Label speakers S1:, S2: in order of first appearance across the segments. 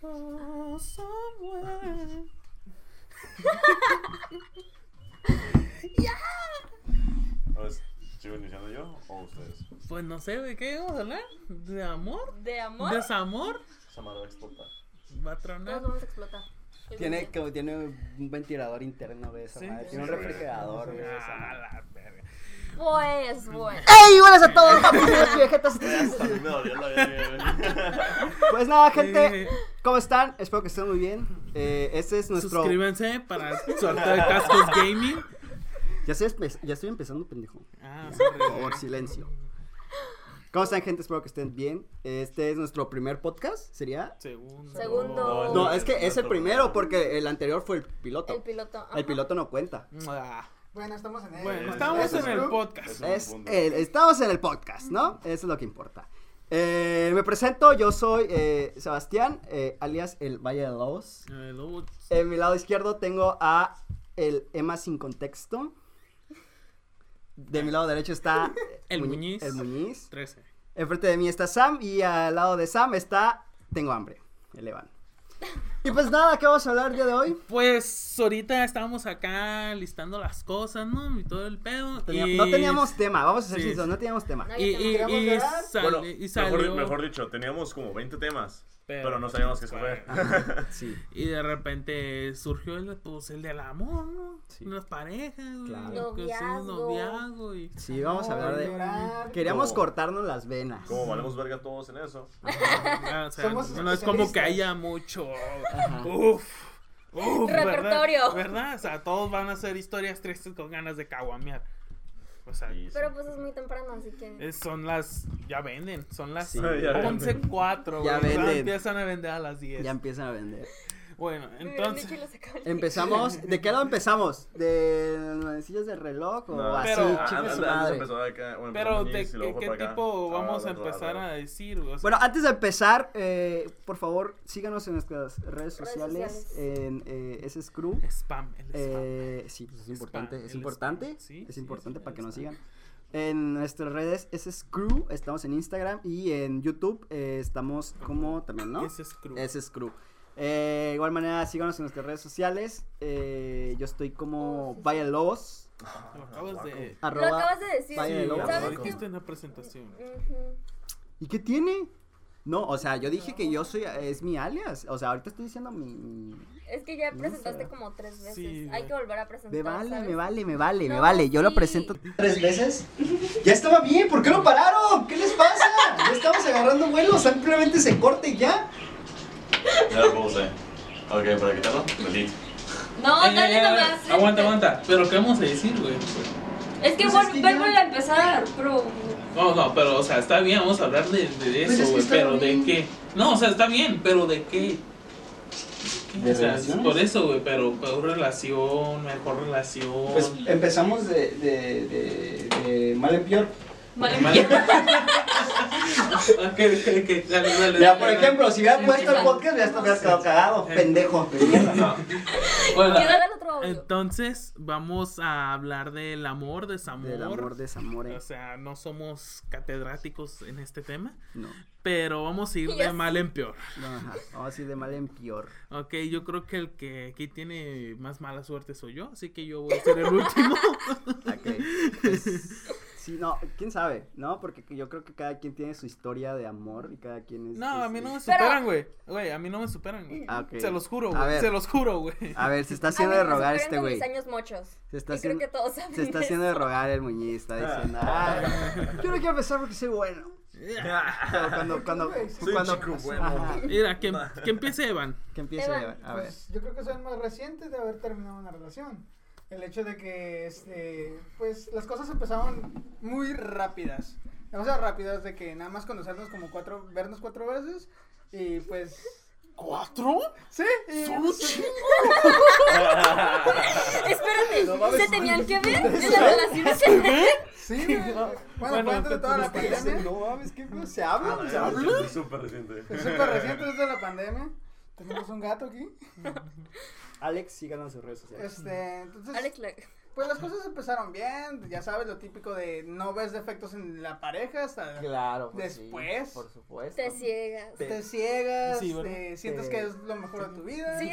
S1: fall somewhere.
S2: Ahora, ¿Sigo iniciando yo o ustedes?
S1: Pues no sé, ¿de qué vamos a hablar? ¿De amor?
S3: ¿De amor?
S1: ¿Desamor?
S2: Samara va a explotar.
S1: ¿Va a
S3: Todos
S1: tronar?
S3: vamos a explotar. Hoy
S4: Tiene,
S3: vamos
S4: como, tiene un ventilador interno, güey, esa
S1: Sí.
S4: madre. Tiene un
S2: Sí, güey.
S4: refrigerador, güey. esa
S1: Ah,
S4: madre.
S1: la verga.
S3: a- Pues, bueno.
S4: ¡Ey! Buenas a todos, papis y viejetas.
S2: A mí me dolió la vida.
S4: Pues nada,
S1: Eh.
S4: gente. ¿Cómo están? Espero que estén muy bien. Eh, este es nuestro.
S1: Suscríbanse para sorteo de cascos gaming.
S4: Ya estoy, espe- ya estoy empezando, pendejo.
S1: Ah,
S4: Por
S1: sorry.
S4: favor, silencio. ¿Cómo están, gente? Espero que estén bien. Este es nuestro primer podcast, ¿sería?
S1: Segundo.
S3: Segundo.
S4: No, es que es el primero porque el anterior fue el piloto.
S3: El piloto. ajá.
S4: El piloto no cuenta.
S1: Ah,
S5: Bueno, estamos en el.
S1: Bueno,
S2: Eso
S1: estamos
S2: es
S1: en el
S2: club.
S1: podcast.
S2: Eso es
S4: Es
S2: un punto.
S4: el- estamos en el podcast, ¿no? Eso es lo que importa. Eh, me presento, yo soy eh, Sebastián, eh, alias el Valle de Lobos.
S1: Eh, luego-
S4: En mi lado izquierdo tengo a el Emma sin contexto. De mi lado derecho está
S1: El
S4: Muñi-
S1: Muñiz.
S4: El Muñiz.
S1: 13.
S4: Enfrente de mí está Sam y al lado de Sam está Tengo hambre, el Evan. Y pues nada, ¿qué vamos a hablar el día de hoy?
S1: Pues ahorita estábamos acá listando las cosas, ¿no? Y todo el pedo.
S4: Tenía-
S1: y-
S4: No teníamos tema, vamos a ser
S1: Sí,
S4: sinceros,
S1: sí.
S4: no teníamos tema.
S3: No,
S1: Y,
S3: ya
S1: y,
S3: tenemos.
S1: y,
S5: ¿Queremos llorar?
S1: sale-
S2: Bueno,
S1: y salió.
S2: mejor, mejor dicho, teníamos como 20 temas, pero, no sabíamos qué escoger.
S4: Sí.
S1: Y de repente surgió el, pues, el del amor, ¿no?
S4: Sí.
S1: Las parejas, güey,
S4: Claro.
S1: que es un
S3: Noviazgo.
S1: noviazgo y...
S4: Sí, vamos a hablar de...
S5: Llorar.
S4: Queríamos
S2: Como-
S4: cortarnos las venas.
S2: Como valemos verga todos en eso.
S1: Ah, o sea,
S5: Somos
S1: no es como que
S5: especialistas.
S1: haya mucho. Uf. Uf,
S3: Repertorio.
S1: ¿verdad? ¿verdad? O sea, todos van a hacer historias tristes con ganas de caguamear. O sea,
S2: Y-
S3: Pero pues es muy temprano, así que.
S1: es- son las. Ya venden. Son las
S4: Sí.
S2: Ya venden.
S1: 11.04.
S4: Ya
S1: güey, o sea,
S4: venden.
S1: Empiezan a vender a las 10.
S4: Ya empiezan a vender.
S1: Bueno,
S3: Me hubieran dicho y
S1: entonces.
S3: lo sacaban.
S4: Empezamos, ¿de qué lado empezamos? ¿De las manecillas del reloj o
S2: No, ah,
S4: así?
S1: pero-
S4: Chingue
S2: antes-
S4: su
S2: antes
S4: madre.
S2: empezó acá, bueno,
S1: Pero,
S2: empezó
S1: ¿de
S2: Muñiz y luego
S1: qué,
S2: fue
S1: qué
S2: para acá.
S1: tipo
S2: Ah,
S1: vamos a
S2: bueno,
S1: empezar
S2: bueno.
S1: a decir? güey? O sea,
S4: Bueno, antes de empezar, eh, por favor, síganos en nuestras redes
S3: Redes
S4: sociales,
S3: sociales.
S4: en eh, ese Crew.
S1: spam, el spam.
S4: Eh, sí, pues es importante,
S1: spam,
S4: es
S1: el
S4: importante,
S1: spam, sí,
S4: es
S1: sí,
S4: importante
S1: sí,
S4: para
S1: el
S4: que nos
S1: spam.
S4: sigan. En nuestras redes es Crew, estamos en Instagram y en YouTube eh, estamos como también, ¿no?
S1: Ese es crudo.
S4: Ese es Crew. Eh, igual manera, síganos en nuestras redes sociales. eh, yo estoy como Vaya Lobos,
S1: Eh.
S4: eh,
S1: Lo acabas de.
S3: Lo Oh, acabas de decir.
S4: Vaya de
S1: Sí,
S4: Lobos.
S1: lo
S3: ¿Sabes
S1: dijiste
S3: qué?
S1: en la presentación.
S3: Ujú.
S4: ¿Y qué tiene? No, o sea, yo dije que yo soy, es mi alias. O sea, ahorita estoy diciendo mi... mi-
S3: Es que ya
S4: No
S3: presentaste
S4: sé.
S3: como tres veces.
S1: Sí,
S3: Hay
S1: güey.
S3: que volver a presentar.
S4: Me vale,
S3: ¿sabes?
S4: me vale, me vale, me
S3: No,
S4: vale. Yo lo
S3: sí.
S4: presento tres veces. Ya estaba bien, ¿por qué lo pararon? ¿Qué les pasa? Ya estamos agarrando vuelo, simplemente se corte y ya.
S2: Ya lo puse. Ok, para quitarlo, delete.
S3: No,
S1: Eh,
S3: dale
S1: eh,
S3: nomás.
S1: Aguanta, aguanta. Pero ¿qué vamos a decir, güey?
S3: Es que
S4: Pues
S3: vuelve
S4: es que
S3: vuelve
S4: ya-
S3: a empezar, pero.
S1: No, no, pero, o sea, está bien, vamos a hablar de, de
S4: Pero
S1: eso,
S4: Pues es que
S1: güey,
S4: está
S1: pero ¿de
S4: bien.
S1: qué? No, o sea, está bien, pero ¿de qué? ¿Qué?
S4: ¿De
S1: o sea,
S4: relaciones?
S1: por eso, güey, pero peor relación, mejor relación.
S4: Pues empezamos de, de, de, de mal en peor.
S3: Vale.
S1: Mal- Ok, ok, ok, dale, dale,
S4: Mira,
S1: dale,
S4: por
S1: dale.
S4: ejemplo, si hubiera puesto el podcast, ya hubieras quedado cagado, pendejo. de mierda.
S1: Bueno,
S3: Quiero dar otro audio.
S1: entonces vamos a hablar del amor, desamor.
S4: Del amor, desamor, eh.
S1: O sea, no somos catedráticos en este tema,
S4: No,
S1: pero vamos a ir de
S3: Yes.
S1: mal en peor.
S4: no, ajá, vamos a ir de mal en peor.
S1: Ok, yo creo que el que aquí tiene más mala suerte soy yo, así que yo voy a ser el último.
S4: Ok, pues, sí, no, quién sabe, ¿no? Porque yo creo que cada quien tiene su historia de amor y cada quien es... este,
S1: No, a
S4: es-
S1: mí no me
S4: es-
S3: Pero-
S1: superan, güey. Güey, a mí no me superan, güey.
S4: Ah, ok.
S1: Se los juro,
S4: A
S1: güey.
S4: ver. Ah.
S1: Se los juro, güey.
S4: A ver, se está
S3: A mí
S4: haciendo de
S3: me superan
S4: rogar este
S3: con
S4: güey.
S3: mis años mochos.
S4: Se está
S3: Y creo
S4: haciendo...
S3: que todos saben.
S4: Se está
S3: eso.
S4: haciendo de rogar el muñiz, está diciendo, "Ay, yo no quiero empezar porque soy bueno. Pero cuando, cuando,
S2: Soy
S4: cuando,
S2: un chico bueno.
S4: Ajá,
S1: Mira, que, que empiece Evan.
S4: que empiece,
S3: Eva.
S4: a ver.
S5: Pues, yo creo que son más recientes de haber terminado una relación. El hecho de que, este, pues, las cosas empezaron muy rápidas. Demasiado rápidas de que nada más conocernos como cuatro, vernos cuatro veces y pues...
S1: ¿Cuatro?
S5: Sí, y... pues,
S3: Espérate,
S4: No mames,
S3: ¿se tenían que ver? ¿En la relación se
S1: ¿Eh?
S5: Sí, güey. bueno,
S1: Bueno,
S5: fue antes de toda la
S4: ¿Qué dicen?
S5: pandemia.
S4: No mames, ¿qué pedo? ¿Se
S2: Ah,
S4: hablan? ¿Se hablan?
S2: Es súper reciente.
S5: Es súper reciente desde la pandemia. Tenemos un gato aquí.
S4: Alex, síganos en sus redes sociales.
S5: Este, entonces...
S3: Alex, la-
S5: Pues las cosas empezaron bien, ya sabes, lo típico de no ves defectos en la pareja hasta
S4: Claro. pues sí,
S5: Después.
S4: por supuesto.
S3: Te ciegas.
S4: Te-
S5: te ciegas,
S1: Sí, ¿verdad?
S5: te sientes
S4: Te-
S5: que es lo mejor de tu vida.
S3: Sí.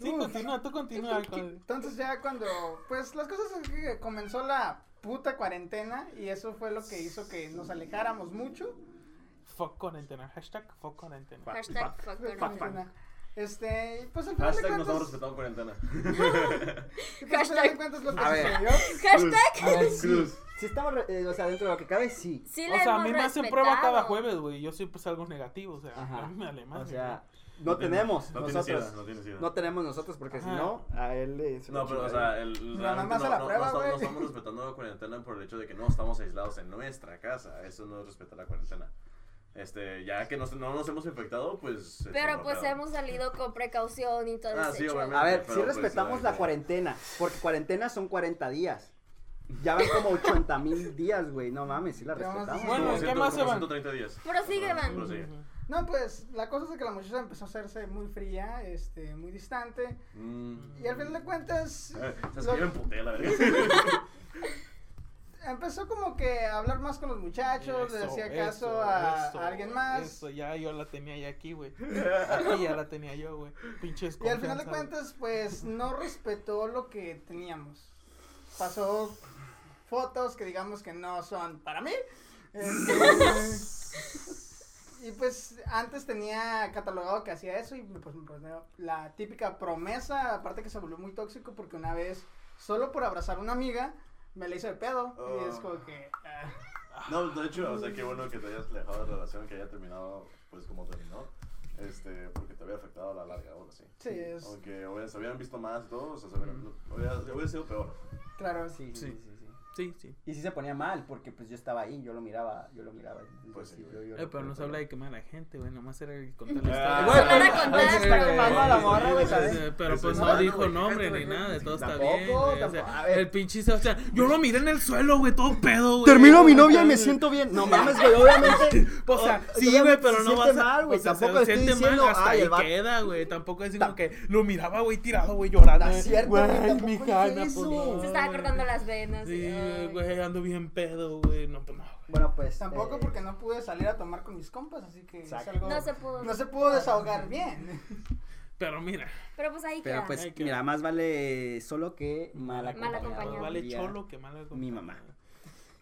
S1: Sí, continúa, tú continúa. con-
S5: Entonces ya cuando, pues las cosas es que comenzó la puta cuarentena y eso fue lo que hizo que nos alejáramos mucho.
S1: Fuck cuarentena. Hashtag fuck cuarentena.
S3: Hashtag fuck
S5: de la
S3: cuarentena.
S5: cuarentena. Este, pues al final de
S2: Hashtag nos hemos
S5: cuentas,
S2: respetado cuarentena.
S5: y pues, al final de
S3: Hashtag.
S5: cuentas lo que
S4: A ver.
S5: sucedió.
S3: Hashtag.
S4: A ver, sí,
S2: Cruz.
S4: sí estamos, re- eh, o sea, dentro de lo que cabe, sí.
S3: Sí,
S1: O
S3: la
S1: sea, a
S3: hemos
S1: mí me hacen
S3: respetado.
S1: prueba cada jueves, güey. Yo siempre salgo negativo, o sea,
S4: Ajá.
S1: a mí me vale
S4: O
S1: madre,
S4: sea,
S1: güey.
S4: no
S2: tiene-
S4: tenemos
S2: No tiene sida,
S4: nosotros.
S2: no tiene sida.
S4: No tenemos nosotros porque si
S1: Ajá.
S4: no, a él le... se lo
S2: No, pero, o
S4: chinga.
S2: sea, el, realmente
S5: más
S2: no,
S5: a la
S2: no- no
S5: prueba,
S2: estamos, no
S5: güey.
S2: estamos respetando la cuarentena por el hecho de que no estamos aislados en nuestra casa. Eso no es respetar la cuarentena. Este, ya que nos- no nos hemos infectado, pues... es
S3: Pero
S2: otro
S3: pues
S2: pedo.
S3: hemos salido con precaución y todo
S2: Ah,
S3: ese
S2: sí,
S3: show.
S2: obviamente.
S4: A ver,
S2: pero,
S4: sí
S2: pues,
S4: respetamos
S2: ay,
S4: la
S2: no.
S4: cuarentena, porque cuarentena son 40 días. Ya van como 80 mil días, güey. No mames, sí la
S5: Ya vamos
S4: respetamos.
S1: Bueno,
S2: Como
S1: ¿qué
S2: ciento-
S1: más
S2: como
S1: se van?
S2: 130 días.
S3: Prosigue, Van.
S2: Prosigue.
S5: No, pues la cosa es de que la muchacha empezó a hacerse muy fría, este, muy distante.
S2: Mm.
S5: Y al final de cuentas,
S2: Eh, o sea, es
S5: lo-
S2: que yo me emputé, la verdad.
S5: empezó como que a hablar más con los muchachos, le
S1: Eso,
S5: hacía
S1: eso,
S5: caso a,
S1: eso,
S5: a alguien
S1: güey,
S5: más.
S1: Eso, ya yo la tenía ya aquí, güey. Aquí ya la tenía yo, güey. Pinches
S5: Y al final de
S1: confianza, güey.
S5: cuentas, pues no respetó lo que teníamos. Pasó fotos que digamos que no son para mí. Este, y pues antes tenía catalogado que hacía eso y pues me ponía la típica promesa, aparte que se volvió muy tóxico porque una vez, solo por abrazar a una amiga, me le hizo el pedo. Y es como que... ah.
S2: No, de hecho, o sea, qué bueno que te hayas alejado de la relación, que haya terminado, pues, como terminó. Este, porque te había afectado a la larga, ahora sí.
S5: Sí, es-
S2: Aunque hubiera- se hubieran visto más todos, o sea, se hubieran- hubiera, hubiera sido peor.
S5: Claro, sí.
S4: Sí, sí, sí, sí.
S1: Sí, sí.
S4: Y sí se ponía mal, porque pues yo estaba ahí, yo lo miraba, yo lo miraba.
S2: Pues sí, güey.
S1: Eh, pero nos habla de quemar a la gente, güey. Nomás era el contar
S2: Ah,
S1: la
S2: Güey,
S1: historia.
S3: pero-
S1: Eh,
S3: pero se está
S4: quemando a la morra, güey,
S1: eh,
S4: ¿sabes?
S1: eh, Pero
S2: Eso
S1: pues
S2: es
S1: no
S2: malo,
S1: dijo
S2: güey,
S1: nombre
S2: fíjate,
S1: ni
S2: güey,
S1: nada, todo está
S4: tampoco,
S1: bien. güey, o sea,
S4: tampoco, a ver.
S1: el pinche, o sea, yo lo miré en el suelo, güey, todo pedo, güey.
S6: Termino mi novia y me siento bien. No mames, güey, obviamente.
S1: O sea,
S6: o-
S1: sí,
S6: obviamente
S1: güey,
S6: se
S1: pero no vas
S6: siente
S1: a...
S6: mal, güey,
S1: o sea, se
S6: tampoco le estoy
S1: siente mal,
S6: diciendo,
S1: hasta
S6: "Ay,
S1: ahí
S6: el vato".
S1: queda, güey. Tampoco es como que lo miraba, güey, tirado, güey, llorando.
S6: Está
S1: güey.
S6: cierto, güey,
S1: Güey,
S6: tampoco
S1: mi
S6: hice
S1: cara,
S6: eso.
S3: Se estaba cortando las venas. y,
S1: Sí,
S3: ay.
S1: güey, ando bien pedo, güey. No, pues no, güey.
S4: Bueno, pues...
S5: Tampoco
S4: eh,
S5: porque no pude salir a tomar con mis compas, así que es
S4: Exacto.
S5: algo...
S3: No se pudo.
S5: No se pudo desahogar bien.
S1: Pero mira,
S3: Pero pues ahí
S4: Pero
S3: queda.
S4: pues,
S1: Ay, qué-
S4: mira, más vale solo que mal
S3: Mal
S4: acompañado.
S3: acompañado.
S1: vale
S4: diría.
S1: cholo que mal acompañado.
S4: mi mamá.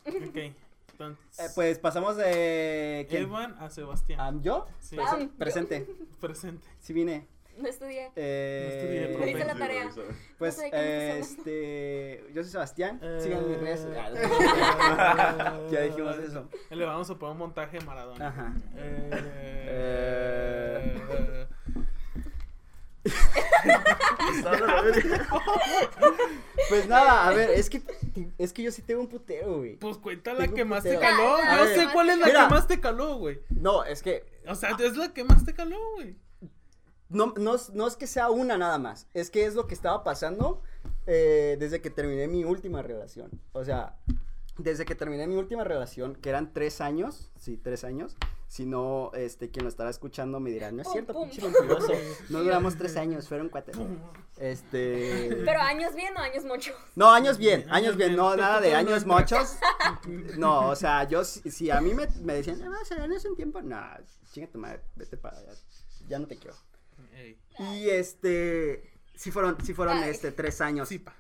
S1: Ok, entonces.
S4: Eh, pues pasamos
S1: Eh,
S4: de... ¿quién?
S1: Evan a Sebastián.
S4: Am- ¿Yo?
S1: Sí,
S3: Ah.
S4: Presen- Presente.
S1: presente.
S4: Sí vine.
S3: No estudié.
S4: Eh,
S1: No estudié,
S3: hice la
S2: Sí,
S3: tarea.
S2: güey, ¿sabes?
S4: Pues,
S3: No sé de qué
S4: eh,
S3: estamos
S4: este, yo soy Sebastián,
S1: Eh,
S4: sigan mis redes. ya dijimos eso.
S1: Le vamos a poner un montaje de Maradona.
S4: Ajá.
S1: Eh,
S4: Eh. Pues nada, a ver, es que, es que yo sí tengo un putero, güey.
S1: Pues cuenta la
S4: Tengo
S1: que más te
S4: puteo.
S1: caló.
S3: Ah,
S1: Yo
S4: la
S1: sé
S3: que
S1: cuál
S3: más
S1: es
S3: te
S1: la
S4: caló.
S1: que más te caló, güey.
S4: No, es que,
S1: O sea, es la que más te caló, güey.
S4: no, no, es- no es que sea una nada más, es que es lo que estaba pasando eh, desde que terminé mi última relación. O sea, desde que terminé mi última relación, que eran tres años, sí, tres años, si no, este, quien lo estará escuchando me dirá, no es
S3: Pum,
S4: cierto,
S3: pum.
S4: pinche mentiroso. No duramos tres años, fueron cuatro. Este...
S3: Pero años bien o años mucho.
S4: No, años bien,
S1: Años
S4: años bien,
S1: bien.
S4: no,
S1: Tú-
S4: nada
S1: tú
S4: de
S1: no
S4: años
S1: entras.
S4: mochos. No, o sea, yo, si, si a mí me, me decían, "Ah, no, no es un tiempo, no, chinga tu madre, vete para allá, ya no te quiero.
S1: Ey,
S4: Y este, sí fueron, sí fueron,
S3: Ay.
S4: este, tres años.
S1: sí, pa.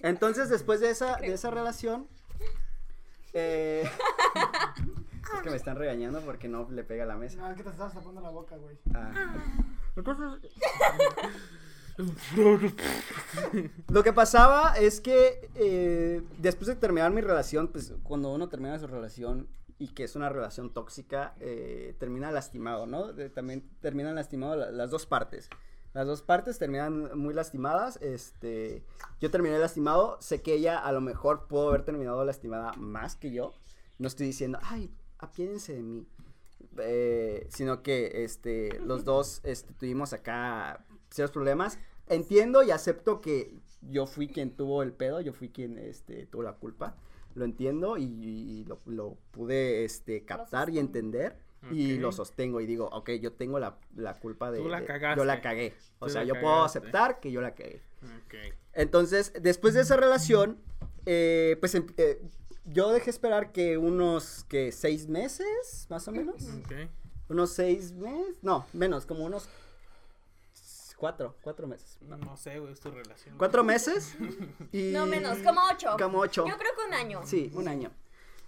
S4: Entonces, después de esa, de esa relación, eh, es que me están regañando porque no le pega a la mesa.
S5: No, es que te estabas tapando la boca, güey.
S4: Ah. Entonces, Lo que pasaba es que eh, después de terminar mi relación, pues cuando uno termina su relación y que es una relación tóxica, eh, termina lastimado, ¿no? De- también terminan lastimado la- las dos partes. Las dos partes terminan muy lastimadas. Este, yo terminé lastimado. Sé que ella a lo mejor pudo haber terminado lastimada más que yo. No estoy diciendo, ay, apiédense de mí. Eh, sino que este, los dos este, tuvimos acá ciertos problemas. Entiendo y acepto que yo fui quien tuvo el pedo, yo fui quien este, tuvo la culpa. Lo entiendo y, y lo, lo pude este, captar y
S3: sostengo.
S4: entender. Y
S1: Ok.
S4: lo sostengo y digo, ok, yo tengo la, la culpa de...
S1: Tú la
S4: de-
S1: cagaste.
S4: Yo la cagué. O
S1: Tú
S4: sea,
S1: la
S4: yo puedo
S1: cagaste.
S4: aceptar que yo la cagué.
S1: Ok.
S4: Entonces, después de esa relación, eh, pues em- eh, yo dejé esperar que unos, que seis meses, más o menos.
S1: Ok.
S4: Unos seis meses, no, menos, como unos cuatro, cuatro meses.
S1: No sé, güey, es tu relación.
S4: Cuatro meses y...
S3: No menos, como ocho.
S4: Como ocho.
S3: Yo creo que un año.
S4: Sí, un año.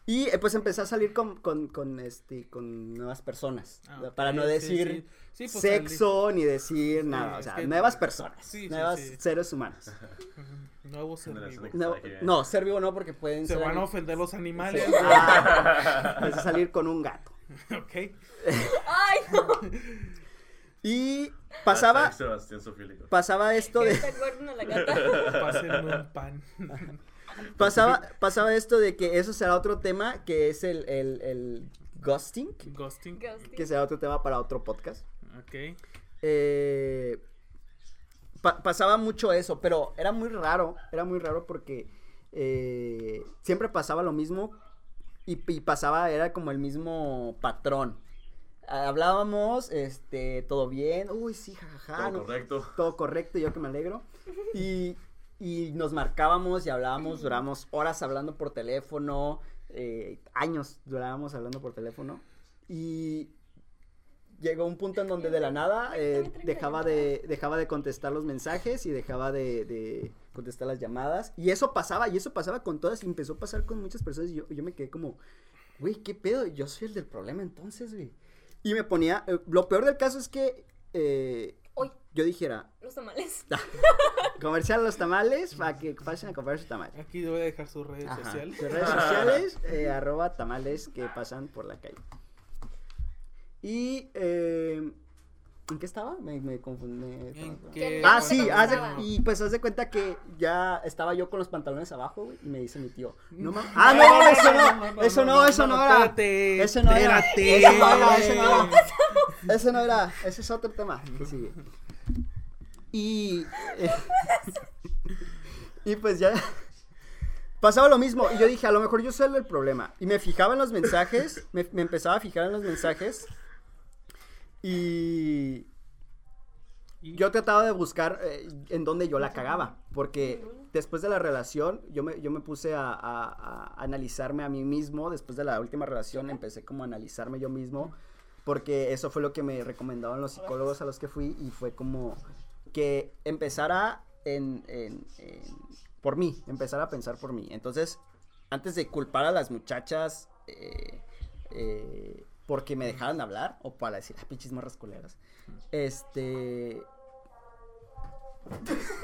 S4: Y eh, pues empecé a salir con, con, con, este, con nuevas personas.
S1: Ah, ok,
S4: para no
S1: sí,
S4: decir
S1: sí. Sí, pues,
S4: sexo ni decir nada. o
S1: es
S4: sea,
S1: que-
S4: nuevas personas.
S1: Sí, sí,
S4: nuevas
S1: sí.
S4: seres humanos.
S1: al- Nuevo ser
S2: Generación.
S1: vivo.
S4: No,
S2: Para que-
S4: no, ser vivo no, porque pueden
S1: Se
S4: ser-
S1: van a ofender los animales.
S4: Ah, empecé a salir con un gato.
S1: ok.
S3: Ay, no.
S4: Y pasaba,
S2: Hashtag Sebastián Sofílico.
S4: pasaba esto de.
S3: Está cuerno la gata.
S1: Pásenme un pan.
S4: Pasaba, pasaba esto de que eso será otro tema que es el, el, el ghosting.
S1: Ghosting.
S3: Ghosting.
S4: Que será otro tema para otro podcast.
S1: Ok.
S4: eh, pa- pasaba mucho eso, pero era muy raro, era muy raro porque eh, siempre pasaba lo mismo y, y pasaba, era como el mismo patrón. Hablábamos, este, todo bien, uy, sí, jajaja,
S2: Todo
S4: Ah, no-
S2: correcto.
S4: todo correcto, yo que me alegro. Y, y nos marcábamos y hablábamos, durábamos horas hablando por teléfono, eh, años durábamos hablando por teléfono. Y llegó un punto en donde de la nada eh, dejaba, de, dejaba de contestar los mensajes y dejaba de, de contestar las llamadas. Y eso pasaba, y eso pasaba con todas, y empezó a pasar con muchas personas. Y yo, yo me quedé como, güey, ¿qué pedo? Yo soy el del problema entonces, güey. Y me ponía, eh, lo peor del caso es que eh,
S3: Uy,
S4: yo dijera,
S3: los tamales.
S4: Ah. Comercial los tamales para que pasen a comprar sus tamales.
S1: Aquí voy a dejar sus redes
S4: Ajá.
S1: sociales.
S4: Sus redes sociales, eh, arroba tamales que pasan por la calle. Y, eh, ¿en qué estaba? Me, me confundí.
S1: ¿En
S4: estaba-
S1: qué
S4: Ah, sí,
S3: Cuando
S4: haz de-
S3: estaba.
S4: y pues haz de cuenta que ya estaba yo con los pantalones abajo, güey, y me dice mi tío, no mames, ah, no, no, eso no, eso no, eso no era,
S1: Espérate.
S4: Ese no era.
S1: Espérate.
S4: Ese no era, ese no era. ese no era, ese es otro tema. Sí. Y, eh, y pues ya pasaba lo mismo, y yo dije, a lo mejor yo soy el del problema, y me fijaba en los mensajes, me, me empezaba a fijar en los mensajes, y yo trataba de buscar eh, en dónde yo la cagaba, porque después de la relación, yo me, yo me puse a, a- a analizarme a mí mismo, después de la última relación empecé como a analizarme yo mismo, porque eso fue lo que me recomendaban los psicólogos a los que fui, y fue como que empezara en, en- en- por mí, empezar a pensar por mí. Entonces, antes de culpar a las muchachas eh, eh, porque me dejaran hablar, o para decir, ah, pinches morras culeras, este.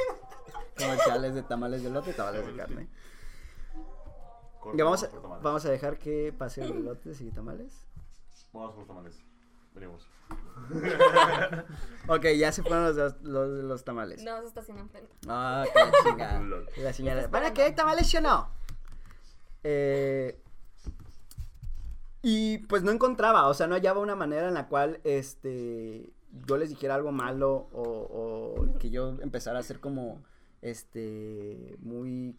S4: Comerciales de tamales de lote, tamales de carne.
S2: Corto,
S4: Ya vamos, a,
S2: por tamales.
S4: vamos a dejar que pase los lotes y tamales.
S2: Vamos por tamales. Venimos.
S4: Ok, ya se fueron los, los, los tamales.
S3: No, eso está haciendo enfrente.
S4: Ah, qué la chingada. La señora. ¿Para qué hay tamales sí o no? Eh, y pues no encontraba, o sea, no hallaba una manera en la cual este yo les dijera algo malo o, o que yo empezara a ser como este muy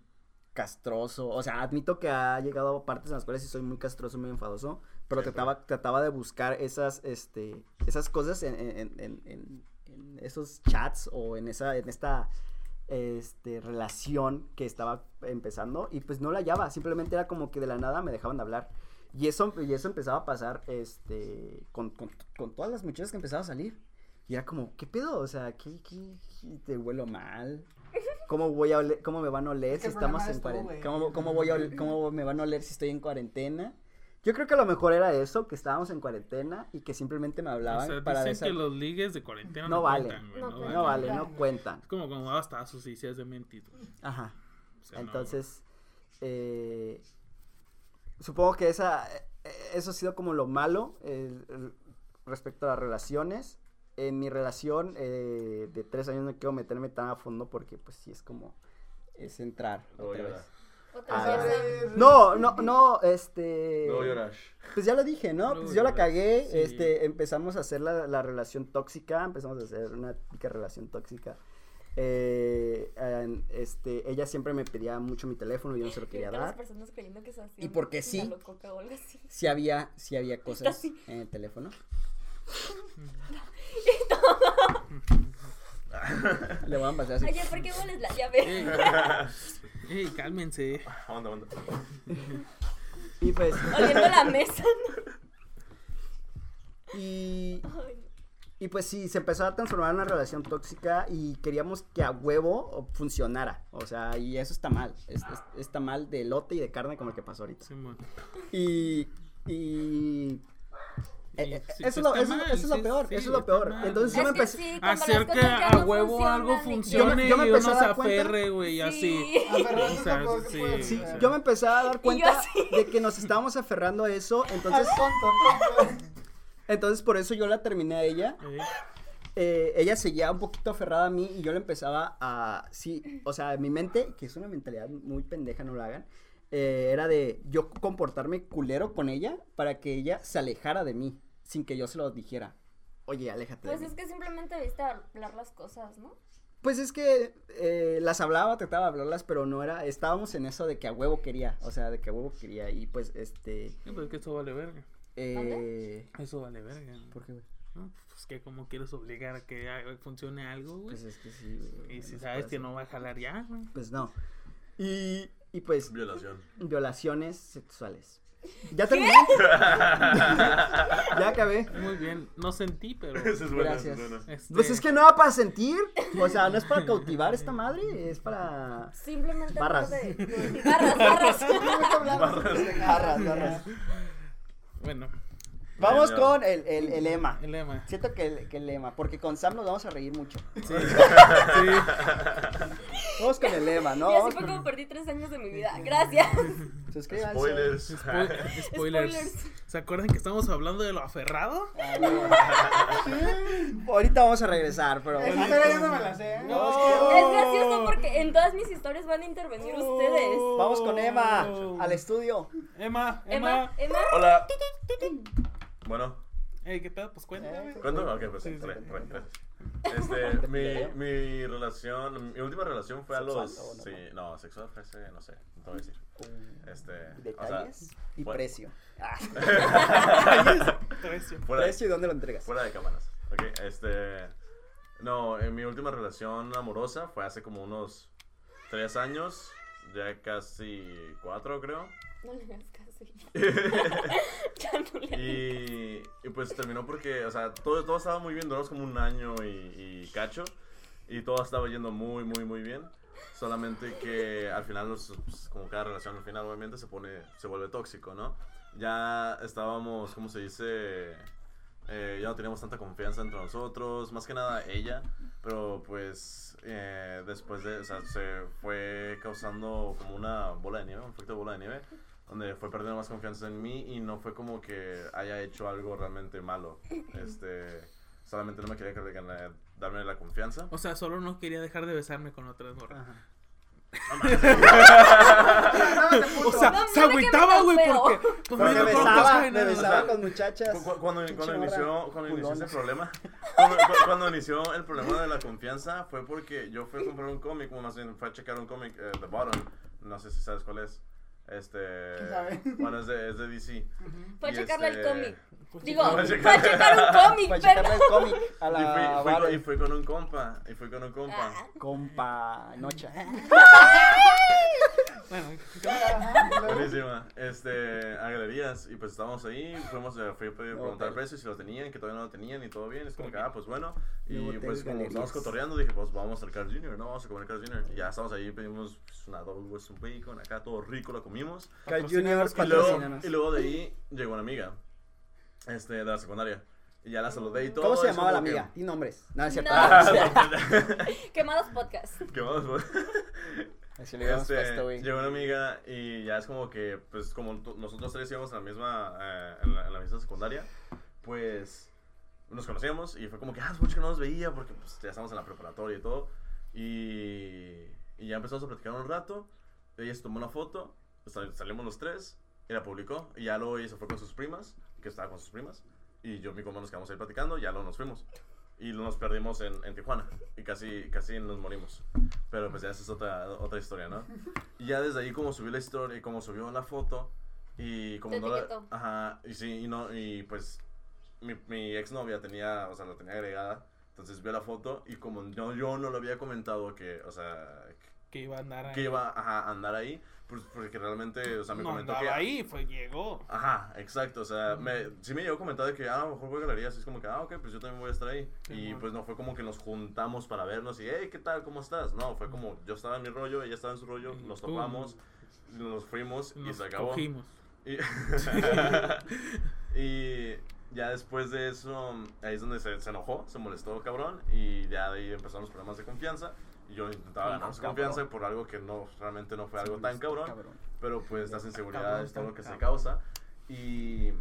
S4: castroso. O sea, admito que ha llegado a partes en las cuales sí soy muy castroso, muy enfadoso, pero
S2: Siempre.
S4: trataba, trataba de buscar esas, este, esas cosas en, en- en- en- en esos chats o en esa, en esta este, relación que estaba empezando y pues no la hallaba, simplemente era como que de la nada me dejaban de hablar. Y eso, y eso empezaba a pasar este, con, con- con todas las muchachas que empezaba a salir. Y era como, ¿qué pedo? O sea, ¿qué, qué, qué- te huelo mal? ¿Cómo, voy a oler- ¿Cómo me van a oler
S5: Es
S4: si
S5: que el
S4: estamos
S5: problema
S4: en
S5: eres tú,
S4: cuarentena?
S5: güey.
S4: ¿Cómo, cómo voy a ol- ¿Cómo me van a oler si estoy en cuarentena? Yo creo que a lo mejor era eso, que estábamos en cuarentena y que simplemente me
S1: O
S4: hablaban
S1: sea,
S4: para
S1: dicen
S4: desa-
S1: que los ligues de cuarentena
S4: No
S1: no,
S4: vale.
S1: cuentan, güey,
S3: No
S1: no,
S3: cuentan.
S4: No vale, no cuentan.
S1: Es como cuando hasta sus ideas de mentido.
S4: Ajá. Entonces, eh, supongo que esa, eh, eso ha sido como lo malo eh, el- respecto a las relaciones. En mi relación eh, de tres años no quiero meterme tan a fondo porque pues sí es como, es entrar
S2: Luego
S4: otra
S2: llora.
S4: vez.
S3: Otra
S4: Ah.
S3: vez.
S4: No, no, no, este...
S2: Luego lloras.
S4: Pues ya lo dije, ¿no?
S1: Luego
S4: Pues yo la
S1: lloras,
S4: cagué,
S1: sí.
S4: este, empezamos a hacer la, la relación tóxica, empezamos a hacer una típica relación tóxica. Eh, en- este, ella siempre me pedía mucho mi teléfono, yo no se lo quería
S3: Ahorita las
S4: dar.
S3: personas creyendo que es así.
S4: ¿Y por qué sí?
S3: Coca o algo así.
S4: Si había, sí había cosas en el teléfono. Le voy a pasar así.
S3: Oye, ¿por qué hueles la llave?
S1: Ey, ey, cálmense.
S2: onda, onda.
S4: Y pues,
S3: Oliendo la mesa.
S4: y,
S3: Ay, no.
S4: y pues sí, se empezó a transformar en una relación tóxica y queríamos que a huevo funcionara. O sea, y eso está mal. Es- es- está mal de lote y de carne como el que pasó ahorita.
S1: Simón.
S4: Y. y
S1: Y
S4: eh, eh,
S1: sí,
S4: eso,
S1: pues
S4: es lo-
S1: está
S4: eso-
S1: mal,
S4: eso es lo
S1: sí,
S4: peor,
S1: sí,
S4: eso es lo
S1: está
S4: peor.
S1: mal.
S4: Entonces yo
S3: Es
S4: me
S3: que
S4: empecé.
S3: sí, cuando las
S1: Hacer que
S3: cosas ya
S1: a
S3: no
S1: huevo algo
S3: funcionan y que-
S1: funcione
S4: Yo me- yo me
S1: y uno
S4: empecé a
S1: se
S4: dar cuenta-
S1: aferre, güey, y así.
S5: Aferrarse
S1: O sea,
S5: tampoco
S1: sí, sí,
S5: puede
S4: Sí,
S5: ser.
S4: yo me empecé a dar cuenta
S3: así.
S4: de que nos estábamos aferrando a eso, entonces,
S5: Ah, tonto, tonto.
S4: entonces por eso yo la terminé a ella.
S1: Ey,
S4: Eh, ella seguía un poquito aferrada a mí y yo la empezaba a, sí, o sea, mi mente, que es una mentalidad muy pendeja, no la hagan, eh, era de yo comportarme culero con ella para que ella se alejara de mí, sin que yo se lo dijera. Oye, aléjate. de
S3: Pues
S4: mí.
S3: es que simplemente debiste hablar las cosas, ¿no?
S4: Pues es que eh, las hablaba, trataba de hablarlas, pero no era, estábamos en eso de que a huevo quería, o sea, de que a huevo quería y pues este...
S1: Sí, pues que eso vale verga.
S4: Eh,
S1: Eso vale verga.
S4: ¿Por qué, güey?
S1: ¿no? Pues que como quieres obligar a que ah, funcione algo, güey.
S4: Pues es que sí, güey.
S1: y si
S4: no se
S1: sabes
S4: puede
S1: que
S4: hacer.
S1: no va a jalar ya, güey.
S4: Pues no. Y, y pues
S2: Violación.
S4: violaciones sexuales. Ya terminé. ya acabé.
S1: Muy bien, no sentí, pero.
S2: Eso es bueno, eso
S4: Gracias.
S2: es bueno.
S1: este,
S4: Pues es que no va para sentir. O sea, no es para cautivar esta madre, es para...
S3: Simplemente
S4: Barras.
S3: hablar de- de- barras, barras.
S5: Nunca hablamos de pendejadas.
S4: Barras, barras.
S1: Bueno,
S4: Vamos
S2: Ya, ya.
S4: con el, el, el lema.
S1: el lema. Sí.
S4: Siento que el, que el lema, porque con Sam nos vamos a reír mucho. Vamos con el lema, ¿no?
S3: Y así
S4: Vamos
S3: fue
S4: con-
S3: como perdí tres años de mi vida. Gracias.
S4: Suscríbanse.
S2: Spoilers.
S1: Spo- spoilers.
S3: Spoilers.
S1: ¿Se acuerdan que estamos hablando de lo aferrado?
S4: Ah, bueno. Ahorita vamos a regresar, pero...
S5: Esa historia yo no me la sé. ¿eh?
S1: No.
S3: Ah, Es gracioso porque en todas mis historias van a intervenir ustedes.
S4: Vamos con Emma al estudio.
S1: Oh. Emma,
S3: Emma,
S1: Emma.
S3: Emma,
S2: Hola. Bueno,
S1: Ey, ¿qué pedo? Pues
S4: Eh,
S1: cuéntame. güey.
S2: ¿cuándo? Ok, pues
S1: Sí, sí.
S2: re, re, gracias. Este, mi, mi relación, mi última relación fue a los.
S4: ¿Sexual o
S2: Sí, no, sexual fue hace, no sé, no te voy a decir. Este.
S4: Detalles y
S2: fue-
S4: precio. Ah,
S1: Precio.
S2: fuera,
S4: precio y dónde lo entregas.
S2: Fuera de cámaras. Ok, este. No, en mi última relación amorosa fue hace como unos tres años, ya casi cuatro, creo.
S3: no le hagas caso. Ya no le hagas
S2: Y, y pues terminó porque, o sea, todo, todo estaba muy bien, duramos como un año y, y cacho. Y todo estaba yendo muy, muy, muy bien. Solamente que al final, los- pues, como cada relación al final obviamente se pone, se vuelve tóxico, ¿no? Ya estábamos, ¿cómo se dice? Eh, ya no teníamos tanta confianza entre nosotros, más que nada ella, pero pues eh, después de, o sea, se fue causando como una bola de nieve, un efecto de bola de nieve, donde fue perdiendo más confianza en mí y no fue como que haya hecho algo realmente malo. Este, solamente no me quería que- que- darme la confianza.
S1: O sea, solo no quería dejar de besarme con otras morras. O sea,
S3: No,
S1: se
S3: mira que
S1: agüitaba,
S3: me
S1: güey,
S3: feo.
S1: porque. Pues
S2: Porque
S1: no
S4: Me
S2: me
S1: conozco,
S4: besaba,
S1: güey,
S4: me
S1: nada.
S4: besaba con muchachas.
S2: Cu- cu- Cuando, cuando,
S4: Pinche morra
S2: inició, cuando inició
S4: culona.
S2: ese problema, cuando, cu- cuando inició el problema de la confianza fue porque yo fui a comprar un cómic, bueno, más bien fui a checar un cómic, eh, The Bottom, no sé si sabes cuál es. Este,
S5: ¿Quién sabe?
S2: bueno, es de, es de DC.
S3: Fue a
S2: Y
S3: checarle
S2: este,
S3: el cómic.
S1: Pues,
S3: Digo,
S2: Fue
S3: fue
S2: a
S3: a
S2: checar-
S3: checar un
S4: Para
S3: cómic,
S4: checarle
S3: perdón.
S4: el cómic a
S2: Y fui, fui con,
S4: la
S2: y
S4: Valen.
S2: fui con un compa, y fui con un compa.
S3: Ah,
S4: Compa nocha.
S1: Bueno,
S2: Buenísima. Este, a galerías. Y pues estábamos ahí. Fuimos, eh, fui a pedir- preguntar
S4: hotel.
S2: precios si lo tenían, que todavía no lo tenían y todo bien. Es como que, ah, pues bueno. Y
S4: Luego hoteles,
S2: pues como
S4: galerías.
S2: estábamos cotorreando, dije, pues vamos al Carl Jr., ¿no? Vamos a comer Carl Jr. Y ya estamos ahí, pedimos pues, una Double Western Bacon, acá todo rico, lo comimos.
S4: Carl Junior
S2: Y luego,
S4: patrocínanos.
S2: y luego de ahí llegó una amiga, este, de la secundaria. Y ya la saludé y todo.
S4: ¿Cómo se
S2: es
S4: llamaba la
S2: como que-
S4: amiga? Di nombres. No, es cierto.
S3: No. Quemados podcast.
S2: ¿Qué vamos?
S4: Así le habíamos
S2: Este,
S4: puesto, güey.
S2: llegó una amiga y ya es como que, pues, como to- nosotros tres íbamos a la misma, eh, en, la, en la misma secundaria, pues, nos conocíamos y fue como que, ah, es mucho que no nos veía porque, pues, ya estamos en la preparatoria y todo. Y, y ya empezamos a platicar un rato, ella se tomó una foto, pues, sal- salimos los tres, y la publicó, y ya luego ella se fue con sus primas, que estaba con sus primas, y yo y mi compa nos quedamos ahí platicando, y ya luego nos fuimos. Y nos perdimos en, en Tijuana, y casi, casi nos morimos. Pero pues ya esa es otra, otra historia, ¿no? Y ya desde ahí como subió la historia y como subió la foto y como
S3: Te
S2: no la-
S3: etiquetó.
S2: ajá, y sí, y no y pues mi, mi exnovia tenía, o sea, la tenía agregada, entonces Entonces vio la foto y como no, yo no lo había comentado que, o sea,
S1: Que iba a andar ahí.
S2: que iba ajá, a andar ahí, pues porque realmente, o sea, me
S1: no
S2: comentó
S1: andaba
S2: que...
S1: ahí, fue, llegó.
S2: Ajá, exacto, o sea, me, sí me llegó comentado de que, ah, a lo mejor voy a galerías, y es como que, ah, ok, pues yo también voy a estar ahí.
S1: Sí,
S2: y
S1: bueno.
S2: pues no fue como que nos juntamos para vernos y, hey, ¿qué tal? ¿Cómo estás? No, fue como, yo estaba en mi rollo, ella estaba en su rollo,
S1: Y
S2: nos
S1: pum.
S2: topamos, nos fuimos y
S1: Nos
S2: se acabó.
S1: cogimos.
S2: Y, y ya después de eso, ahí es donde se, se enojó, se molestó, cabrón, y ya de ahí empezaron los problemas de confianza. Y yo
S1: Ah,
S2: intentaba ganar su confianza por algo que no, realmente no fue pues, algo tan cabrón, pero pues las inseguridades, todo lo que se causa. Y,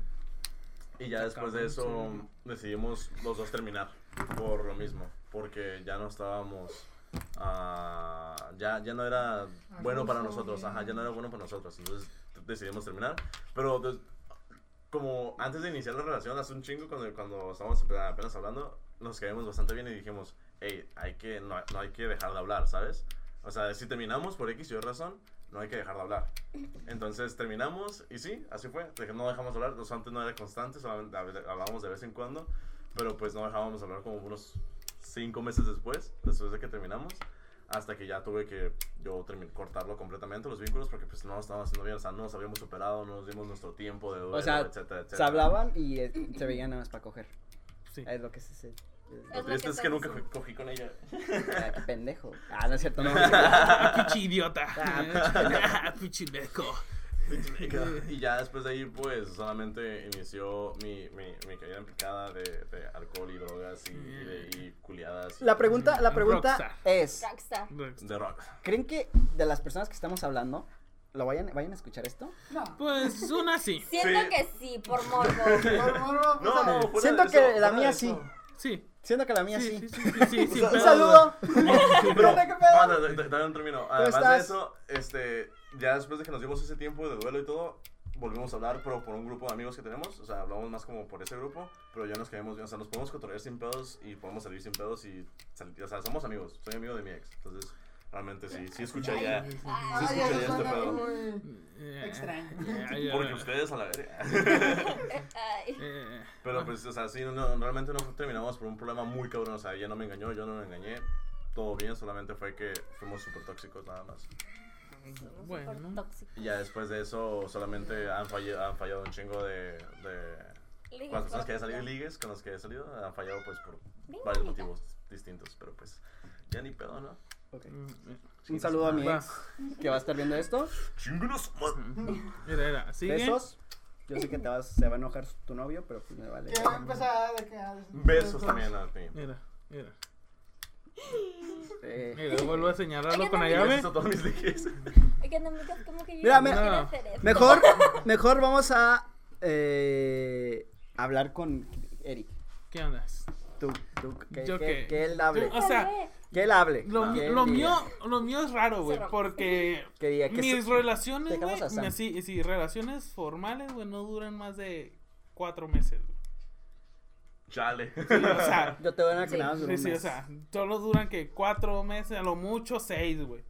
S2: y ya después de eso
S1: Cabrón,
S2: decidimos los dos terminar por lo mismo, porque ya no estábamos... ah, ya, ya no era bueno para nosotros, ajá, ya no era bueno para nosotros, entonces t- decidimos terminar. Pero des- como antes de iniciar la relación, hace un chingo, cuando, cuando estábamos ape- apenas hablando, nos caímos bastante bien y dijimos, hey, hay que, no, no hay que dejar de hablar, ¿sabes? O sea, si terminamos por X y Y razón, no hay que dejar de hablar. Entonces terminamos y sí, así fue. Dej- No dejamos de hablar, o sea, antes no era constante, solamente a veces- hablábamos de vez en cuando, pero pues no dejábamos de hablar como unos cinco meses después, después de que terminamos. Hasta que ya tuve que yo termi- cortarlo completamente, los vínculos, porque pues no lo estábamos haciendo bien, o sea, no nos habíamos superado, no nos dimos nuestro tiempo de duelo,
S4: sea,
S2: etcétera,
S4: Se
S2: etcétera.
S4: hablaban y eh, se veían nada más para coger.
S1: Sí.
S4: Es lo que se. se-
S2: Lo
S3: Es lo
S2: triste
S3: que
S2: es que nunca
S3: estamos
S2: co- cogí con ella.
S4: Ah, qué pendejo. Ah, no es cierto, no.
S1: Pichi Ah, idiota. Pichi leco.
S2: Y ya después de ahí, pues, solamente inició mi, mi, mi caída en picada de, de alcohol y drogas y, y de, y culiadas. y-
S4: La pregunta, la
S1: Rockstar.
S4: pregunta es,
S3: Rockstar.
S2: De rock.
S4: ¿creen que de las personas que estamos hablando, lo vayan, vayan a escuchar esto?
S5: No.
S1: Pues una sí.
S3: Siento
S2: Sí.
S3: que sí, por morbo.
S5: Por morbo,
S2: No,
S5: o sea,
S2: no, fuera
S4: Siento
S2: de
S4: que
S2: eso,
S4: la
S2: fuera
S4: mía
S2: de
S4: sí.
S2: eso.
S1: Sí.
S4: Siento que la mía
S1: Sí, sí,
S4: sí.
S1: sí, sí, sí, sin
S4: Un
S1: pedo,
S4: saludo.
S2: Pero,
S5: ¿Qué pedo?
S2: ah, no, no, dame un término. Además de
S4: estás?
S2: eso, este, ya después de que nos dimos ese tiempo de duelo y todo, volvimos a hablar, pero por un grupo de amigos que tenemos. O sea, hablamos más como por ese grupo, pero ya nos caemos bien. O sea, nos podemos cotorrear sin pedos y podemos salir sin pedos y salir. O sea, somos amigos. Soy amigo de mi ex. Entonces, realmente sí, sí escucharía.
S5: Ay,
S2: Sí, escucharía
S5: eso
S2: este
S5: Ah, suena
S2: pedo.
S5: muy-
S1: Eh,
S5: Extraño.
S1: eh, ay,
S2: Porque
S1: ay,
S2: ustedes a la verga.
S3: Ay.
S1: eh,
S2: Pero pues, o sea, sí, no, no, realmente no terminamos por un problema muy cabrón. O sea, ella no me engañó, yo no me engañé. Todo bien, solamente fue que fuimos súper tóxicos nada más.
S3: Súper
S1: Bueno.
S3: tóxico.
S2: Y ya después de eso, solamente han fallado, han fallado un chingo de. de
S3: Ligue,
S2: con las personas que he
S3: por-
S2: salido y ligues con las que he salido, han fallado pues por
S3: Bien
S2: varios
S3: bonita.
S2: motivos distintos. Pero pues, ya ni pedo, ¿no?
S4: Un saludo a mi
S1: Mm, eh, Va.
S4: ex que va a estar viendo esto.
S2: ¡Chingados!
S1: Mira, era. Sigue.
S4: Besos. Yo sé que te vas, se va a enojar tu novio, pero pues me vale.
S5: Que va a empezar de que, ah, des-
S2: Besos también a ti.
S1: Mira, mira.
S4: Eh,
S1: Mira, vuelvo a señalarlo
S3: Oigan,
S1: con la
S3: amigos.
S1: llave.
S2: Besos a todos mis ligues.
S3: Oigan, amigas, como que yo
S4: Mira,
S3: no
S4: me-
S3: quiero
S1: No.
S3: hacer esto.
S4: Eh, Mejor, mejor vamos a eh, hablar con Eric.
S1: ¿Qué andas?
S4: Tú, tú, que,
S1: ¿Yo
S4: que-
S1: qué?
S4: que él hable.
S1: Yo- O sea,
S3: Dale.
S4: Que él hable.
S1: Lo,
S4: que él
S1: lo
S4: diga,
S1: mío, lo mío es raro, güey,
S3: Cerramos.
S1: porque
S4: que diga, que
S1: mis
S4: se-
S1: relaciones,
S4: dejamos
S1: güey,
S4: a Sam.
S1: así, sí, relaciones formales, güey, no duran más de cuatro meses, güey.
S2: Chale.
S1: O sea,
S4: Yo te voy a dar que
S3: Sí,
S4: nada más duró
S1: sí,
S4: un
S1: sí, o
S4: mes.
S1: sea, solo duran que cuatro meses, a lo mucho seis, güey.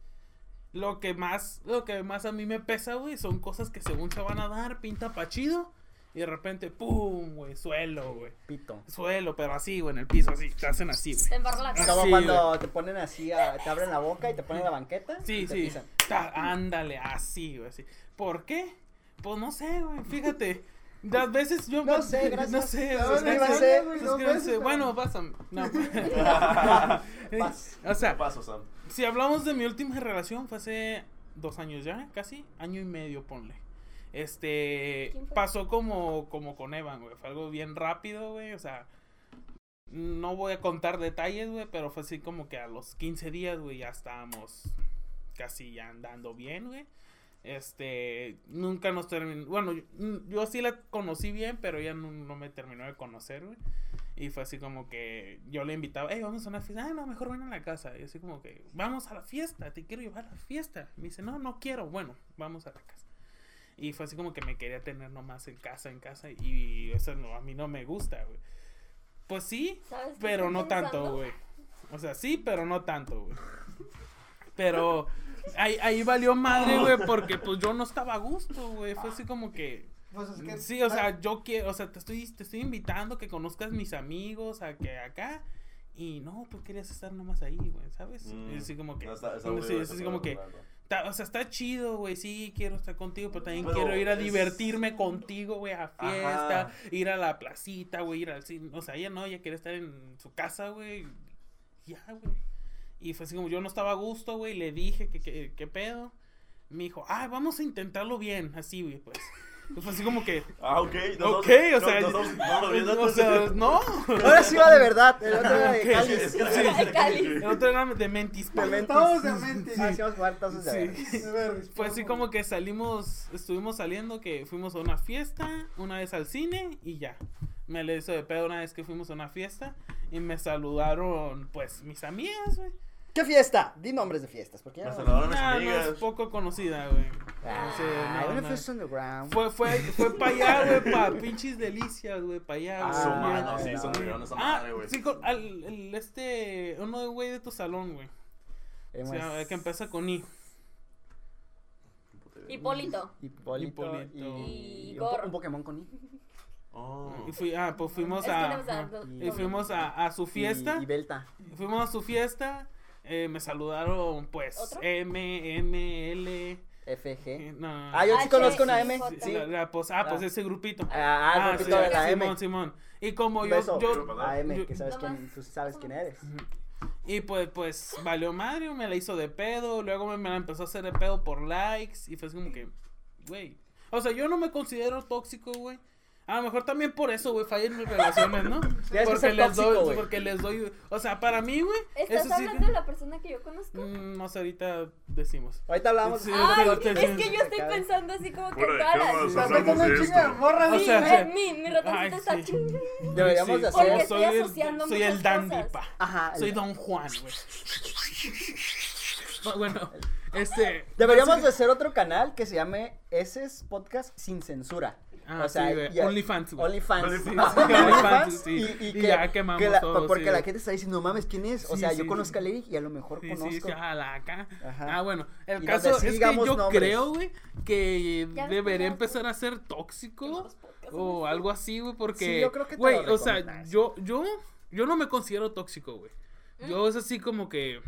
S1: Lo que más, lo que más a mí me pesa, güey, son cosas que según se van a dar, pinta pa' chido, y de repente, pum, güey, suelo, güey.
S4: Pito.
S1: Suelo, pero así, güey, en el piso, así, te hacen así, güey.
S3: Te embarro la
S4: Es
S3: cara.
S4: como
S1: Sí,
S4: cuando te ponen así, a- te abren la boca y te ponen la banqueta. y
S1: Sí,
S4: te
S1: sí.
S4: pisan.
S1: Ta- ándale, así, güey, así. ¿Por qué? Pues no sé, güey, fíjate. Las veces yo... pues,
S4: No sé, gracias.
S1: No sé,
S5: No,
S1: suscríbanse,
S4: no iba a ser,
S1: pues,
S5: güey, no
S1: suscríbanse.
S5: pasa.
S1: Bueno, pásame. No,
S4: Pas.
S1: o sea,
S2: Paso, Sam.
S1: si hablamos de mi última relación, fue hace dos años ya, casi. Año y medio, ponle. Este...
S3: ¿Quién fue?
S1: Pasó como, como con Evan, güey. Fue algo bien rápido, güey, o sea... No voy a contar detalles, güey, pero fue así como que a los 15 días, güey, ya estábamos casi ya andando bien, güey. Este, nunca nos terminó. Bueno, yo, mm, yo sí la conocí bien, pero ella no, no me terminó de conocer, güey. Y fue así como que yo le invitaba, hey, vamos a una fiesta. Ah, no, mejor ven a la casa. Y así como que, vamos a la fiesta, te quiero llevar a la fiesta. Me dice, no, no quiero. Bueno, vamos a la casa. Y fue así como que me quería tener nomás en casa, en casa. Y eso no, a mí no me gusta, güey. Pues sí,
S3: ¿Sabes qué
S1: pero
S3: estoy
S1: no tanto,
S3: pensando?
S1: güey. O sea, sí, pero no tanto, güey. Pero ahí, ahí valió madre, güey, porque pues yo no estaba a gusto, güey. Fue así como que.
S5: Pues es que.
S1: Sí, o sea, yo quiero, o sea, te estoy, te estoy invitando a que conozcas mis amigos, a que acá. Y no, tú querías estar nomás ahí, güey, ¿sabes?
S2: Mm.
S1: Es así como que.
S2: No, está- está
S1: sí,
S2: aburrido
S1: es así
S2: ese
S1: como
S2: pedo,
S1: que.
S2: la verdad.
S1: ta- o sea, está chido, güey, sí, quiero estar contigo, pero también
S2: Pero
S1: quiero ir a
S2: es-
S1: divertirme contigo, güey, a
S2: Ajá.
S1: fiesta, ir a la placita, güey, ir al cine. O sea, ella no, ella quiere estar en su casa, güey. Ya, güey. Y fue así como yo no estaba a gusto, güey, le dije que, que- qué pedo. Me dijo, ah, vamos a intentarlo bien, así, güey, pues. Y Fue así como que,
S2: Ah, ok. nos
S1: ok,
S2: vamos-
S1: o sea,
S2: nos vamos- vamos viendo,
S1: o sea,
S2: entonces.
S1: no.
S4: Ahora sí va de verdad. El otro era de
S1: Ok.
S4: cáliz.
S2: Es que la
S1: Sí.
S2: gente se
S3: Cali.
S2: cree
S1: El
S2: que-
S1: otro era de mentis. pues.
S5: Todos de mente.
S4: Ah, sí, vamos a jugar tazos de verga.
S1: Sí. Fue así como que salimos, estuvimos saliendo, que fuimos a una fiesta, una vez al cine y ya. Me le hizo de pedo una vez que fuimos a una fiesta y me saludaron, pues, mis amigas, güey.
S4: ¿Qué fiesta? Di nombres de fiestas. Porque ya
S2: Me
S4: no-
S2: saludaron mis
S1: Nada más
S2: amigas.
S1: poco conocida, güey.
S4: Ah,
S1: Sí, no,
S4: una
S1: no.
S4: fiesta underground.
S1: Fue, fue, fue para allá, güey, para pinches delicias, güey, para allá.
S2: Ah,
S1: güey.
S2: su
S4: Ah,
S2: mano,
S4: no.
S2: sí, son millones, esa
S1: Ah,
S2: madre, güey.
S1: sí, con- al, el- este, uno de güey de tu salón, güey.
S4: Eh,
S1: O
S4: más-
S1: sea, que empieza con I.
S3: Hipólito.
S4: Hipólito,
S1: Hipólito.
S4: y,
S3: Y
S4: un, po-
S3: Gorro.
S4: un Pokémon con I.
S2: Oh.
S1: Y fui, ah, pues fuimos
S3: Es que
S1: a,
S3: no me
S1: ajá.
S3: acuerdo.
S1: y fuimos a, a su fiesta.
S4: Y, y Belta.
S1: Fuimos a su fiesta, eh, me saludaron pues
S3: ¿Otro?
S1: M, M, L. eh,
S4: FG.
S1: no,
S4: Ah, yo sí
S3: H,
S4: conozco una
S3: I,
S4: M.
S3: J.
S4: Sí.
S1: la- la- pues, ah, pues
S4: Ah.
S1: ese grupito.
S4: Ah, el grupito
S1: sí,
S4: de la M.
S1: Simón, Simón. Y como yo,
S4: Beso.
S1: yo-
S4: A M, que
S1: yo-
S4: sabes
S3: No
S4: quién,
S3: más.
S4: tú sabes quién eres.
S1: y pues, pues valió madre, me la hizo de pedo, luego me, me la empezó a hacer de pedo por likes y fue así como que, güey. O sea, yo no me considero tóxico, güey. A lo mejor también por eso, güey, fallan mis relaciones, ¿no?
S4: que ser
S1: les
S4: tóxico,
S1: doy,
S4: güey.
S1: porque les doy, o sea, para mí, güey,
S3: ¿Estás
S1: eso sí
S3: hablando de la persona que yo conozco?
S1: Mm, No sé, ahorita decimos.
S4: Ahorita hablamos.
S1: Sí,
S3: Ay,
S1: pero usted
S3: es
S1: sí.
S3: que yo estoy
S4: Acá.
S3: pensando así como que
S2: Fuera de
S3: todas
S2: cámaras,
S5: Está
S3: las...
S5: metiendo
S2: hablamos de
S5: un chingo de
S2: esto.
S5: morras.
S1: O
S3: Sí,
S1: sea,
S3: eh,
S1: sí.
S3: mi, mi ratoncito
S1: Ay,
S3: está
S1: sí.
S3: ching-
S4: Deberíamos de
S3: Porque
S4: hacer.
S3: estoy
S1: el-
S3: asociando
S1: soy el
S3: muchas
S1: dandy,
S3: cosas.
S1: pa.
S4: Ajá, el-
S1: Soy Don Juan, güey. Bu- Bueno, este.
S4: Deberíamos de hacer otro canal que se llame Ese es Podcast Sin Censura.
S1: Ah, sí, güey.
S4: y-
S1: OnlyFans, güey.
S4: OnlyFans.
S2: Sí, sí,
S1: OnlyFans,
S4: Y,
S1: sí.
S4: y
S1: Y
S4: que,
S1: ya quemamos
S4: que la-
S1: todo,
S4: Porque
S1: sí.
S4: la gente está diciendo, no mames, ¿quién es? O
S1: Sí,
S4: sea,
S1: sí,
S4: yo conozco
S1: sí.
S4: a Eric y a lo mejor
S1: Sí,
S4: conozco.
S1: sí, sí, a la acá.
S4: Ajá.
S1: Ah, bueno, el
S4: Y nos
S1: caso es que
S4: desigamos
S1: yo
S4: nombres.
S1: creo, güey, que
S3: Ya ves
S1: debería
S3: cómo-
S1: empezar a ser tóxico o algo así, güey, porque
S4: Sí, yo creo que te
S1: güey,
S4: lo
S1: o sea,
S4: recomiendas.
S1: yo yo yo no me considero tóxico, güey. Yo
S3: Mm.
S1: es así como que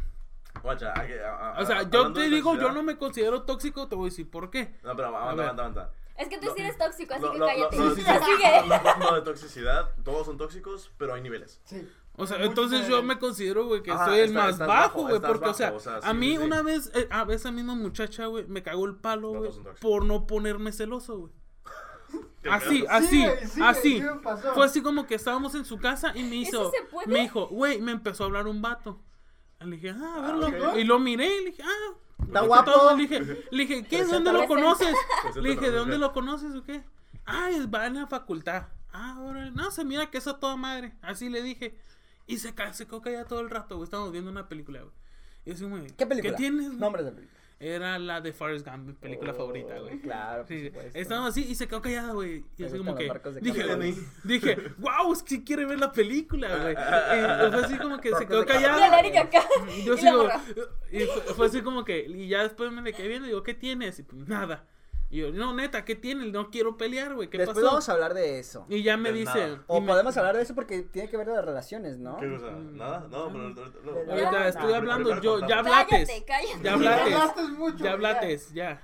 S2: Guacha, hay que- a- a-
S4: Ah,
S1: O sea, yo
S2: hablando
S1: te
S2: de
S1: digo, yo
S2: toxicidad-
S1: no me considero tóxico, te voy a decir por qué.
S2: No, pero
S1: A
S2: aguanta,
S1: ver.
S2: aguanta, aguanta.
S3: Es que tú
S2: Lo-
S3: sí eres tóxico, así
S2: eh, Lo-
S3: que
S2: lo-
S3: cállate.
S2: lo- lo-
S3: Ya
S2: lo-
S3: sigue.
S2: lo- lo de toxicidad, todos son tóxicos, pero hay niveles.
S1: O sea,
S5: Mucho
S1: entonces
S5: de-
S1: yo me considero, güey, que
S2: Ajá,
S1: soy el
S2: está-
S1: más
S2: estás
S1: bajo,
S2: bajo,
S1: güey.
S2: estás
S1: Porque, o sea,
S2: bajo, o sea,
S1: a
S2: sí,
S1: mí
S2: sí.
S1: una vez, eh, a esa misma muchacha, güey, me cagó el palo,
S2: No,
S1: güey,
S2: no son tóxicos.
S1: por no ponerme celoso, güey. Así,
S2: pedo.
S1: así,
S5: güey, sí,
S1: así.
S5: sí me pasó.
S1: Fue así como que estábamos en su casa y me
S3: ¿Eso
S1: hizo,
S3: se puede?
S1: me dijo, güey, me empezó a hablar un vato. Le dije, ah, a verlo.
S2: ok.
S1: Y lo miré y le dije, ah.
S4: Está
S1: ¿qué
S4: guapo.
S1: tal? Le dije, le dije, ¿qué? ¿De dónde lo
S3: Preséntalo.
S1: conoces?
S2: Preséntalo,
S1: Le dije, ¿de dónde
S2: mujer.
S1: lo conoces o qué? Ah, es- va en la facultad. Ah, órale. no, se mira que es a toda madre. Así le dije. Y se ca- se quedó callada todo el rato, güey. Estábamos viendo una película, güey. Y así, güey,
S4: ¿Qué película?
S1: ¿Qué tienes? güey?
S4: Nombres de película.
S1: Era la de Forrest Gump, mi película
S4: Oh,
S1: favorita, güey.
S4: claro, por
S1: Sí,
S4: supuesto.
S1: estábamos así y se quedó callada, güey. Y
S4: Me
S1: así
S4: gustan
S1: como
S4: los
S1: que.
S4: barcos de
S1: Dije,
S4: camarones.
S1: dije, wow, es que quiere ver la película, güey. Y fue así como que se
S4: Barcos
S1: quedó
S3: Y
S4: de
S3: el
S1: callada.
S4: camarones.
S3: Eric acá.
S1: Yo
S3: Y la
S1: sigo.
S3: morra.
S1: Y fue, fue así como que. Y ya después me le quedé viendo y digo, ¿qué tienes? Y pues, nada. Y yo, no, neta, ¿qué tienes? No quiero pelear, güey. ¿Qué
S4: Después
S1: pasó?
S4: vamos a hablar de eso.
S1: Y ya me
S2: De
S1: dice.
S2: nada.
S1: y
S4: O
S1: me-
S4: podemos hablar de eso porque tiene que ver de las relaciones, ¿no?
S2: ¿Qué cosa? ¿Nada? No, pero ahorita- ahorita-
S1: Ahorita
S4: Ya,
S1: estoy
S4: no,
S1: hablando,
S2: primero
S1: yo, ya
S2: contamos.
S1: hablates.
S3: Cállate, cállate.
S1: Ya hablates.
S5: Hablaste mucho, güey,
S1: Ya hablates, ya.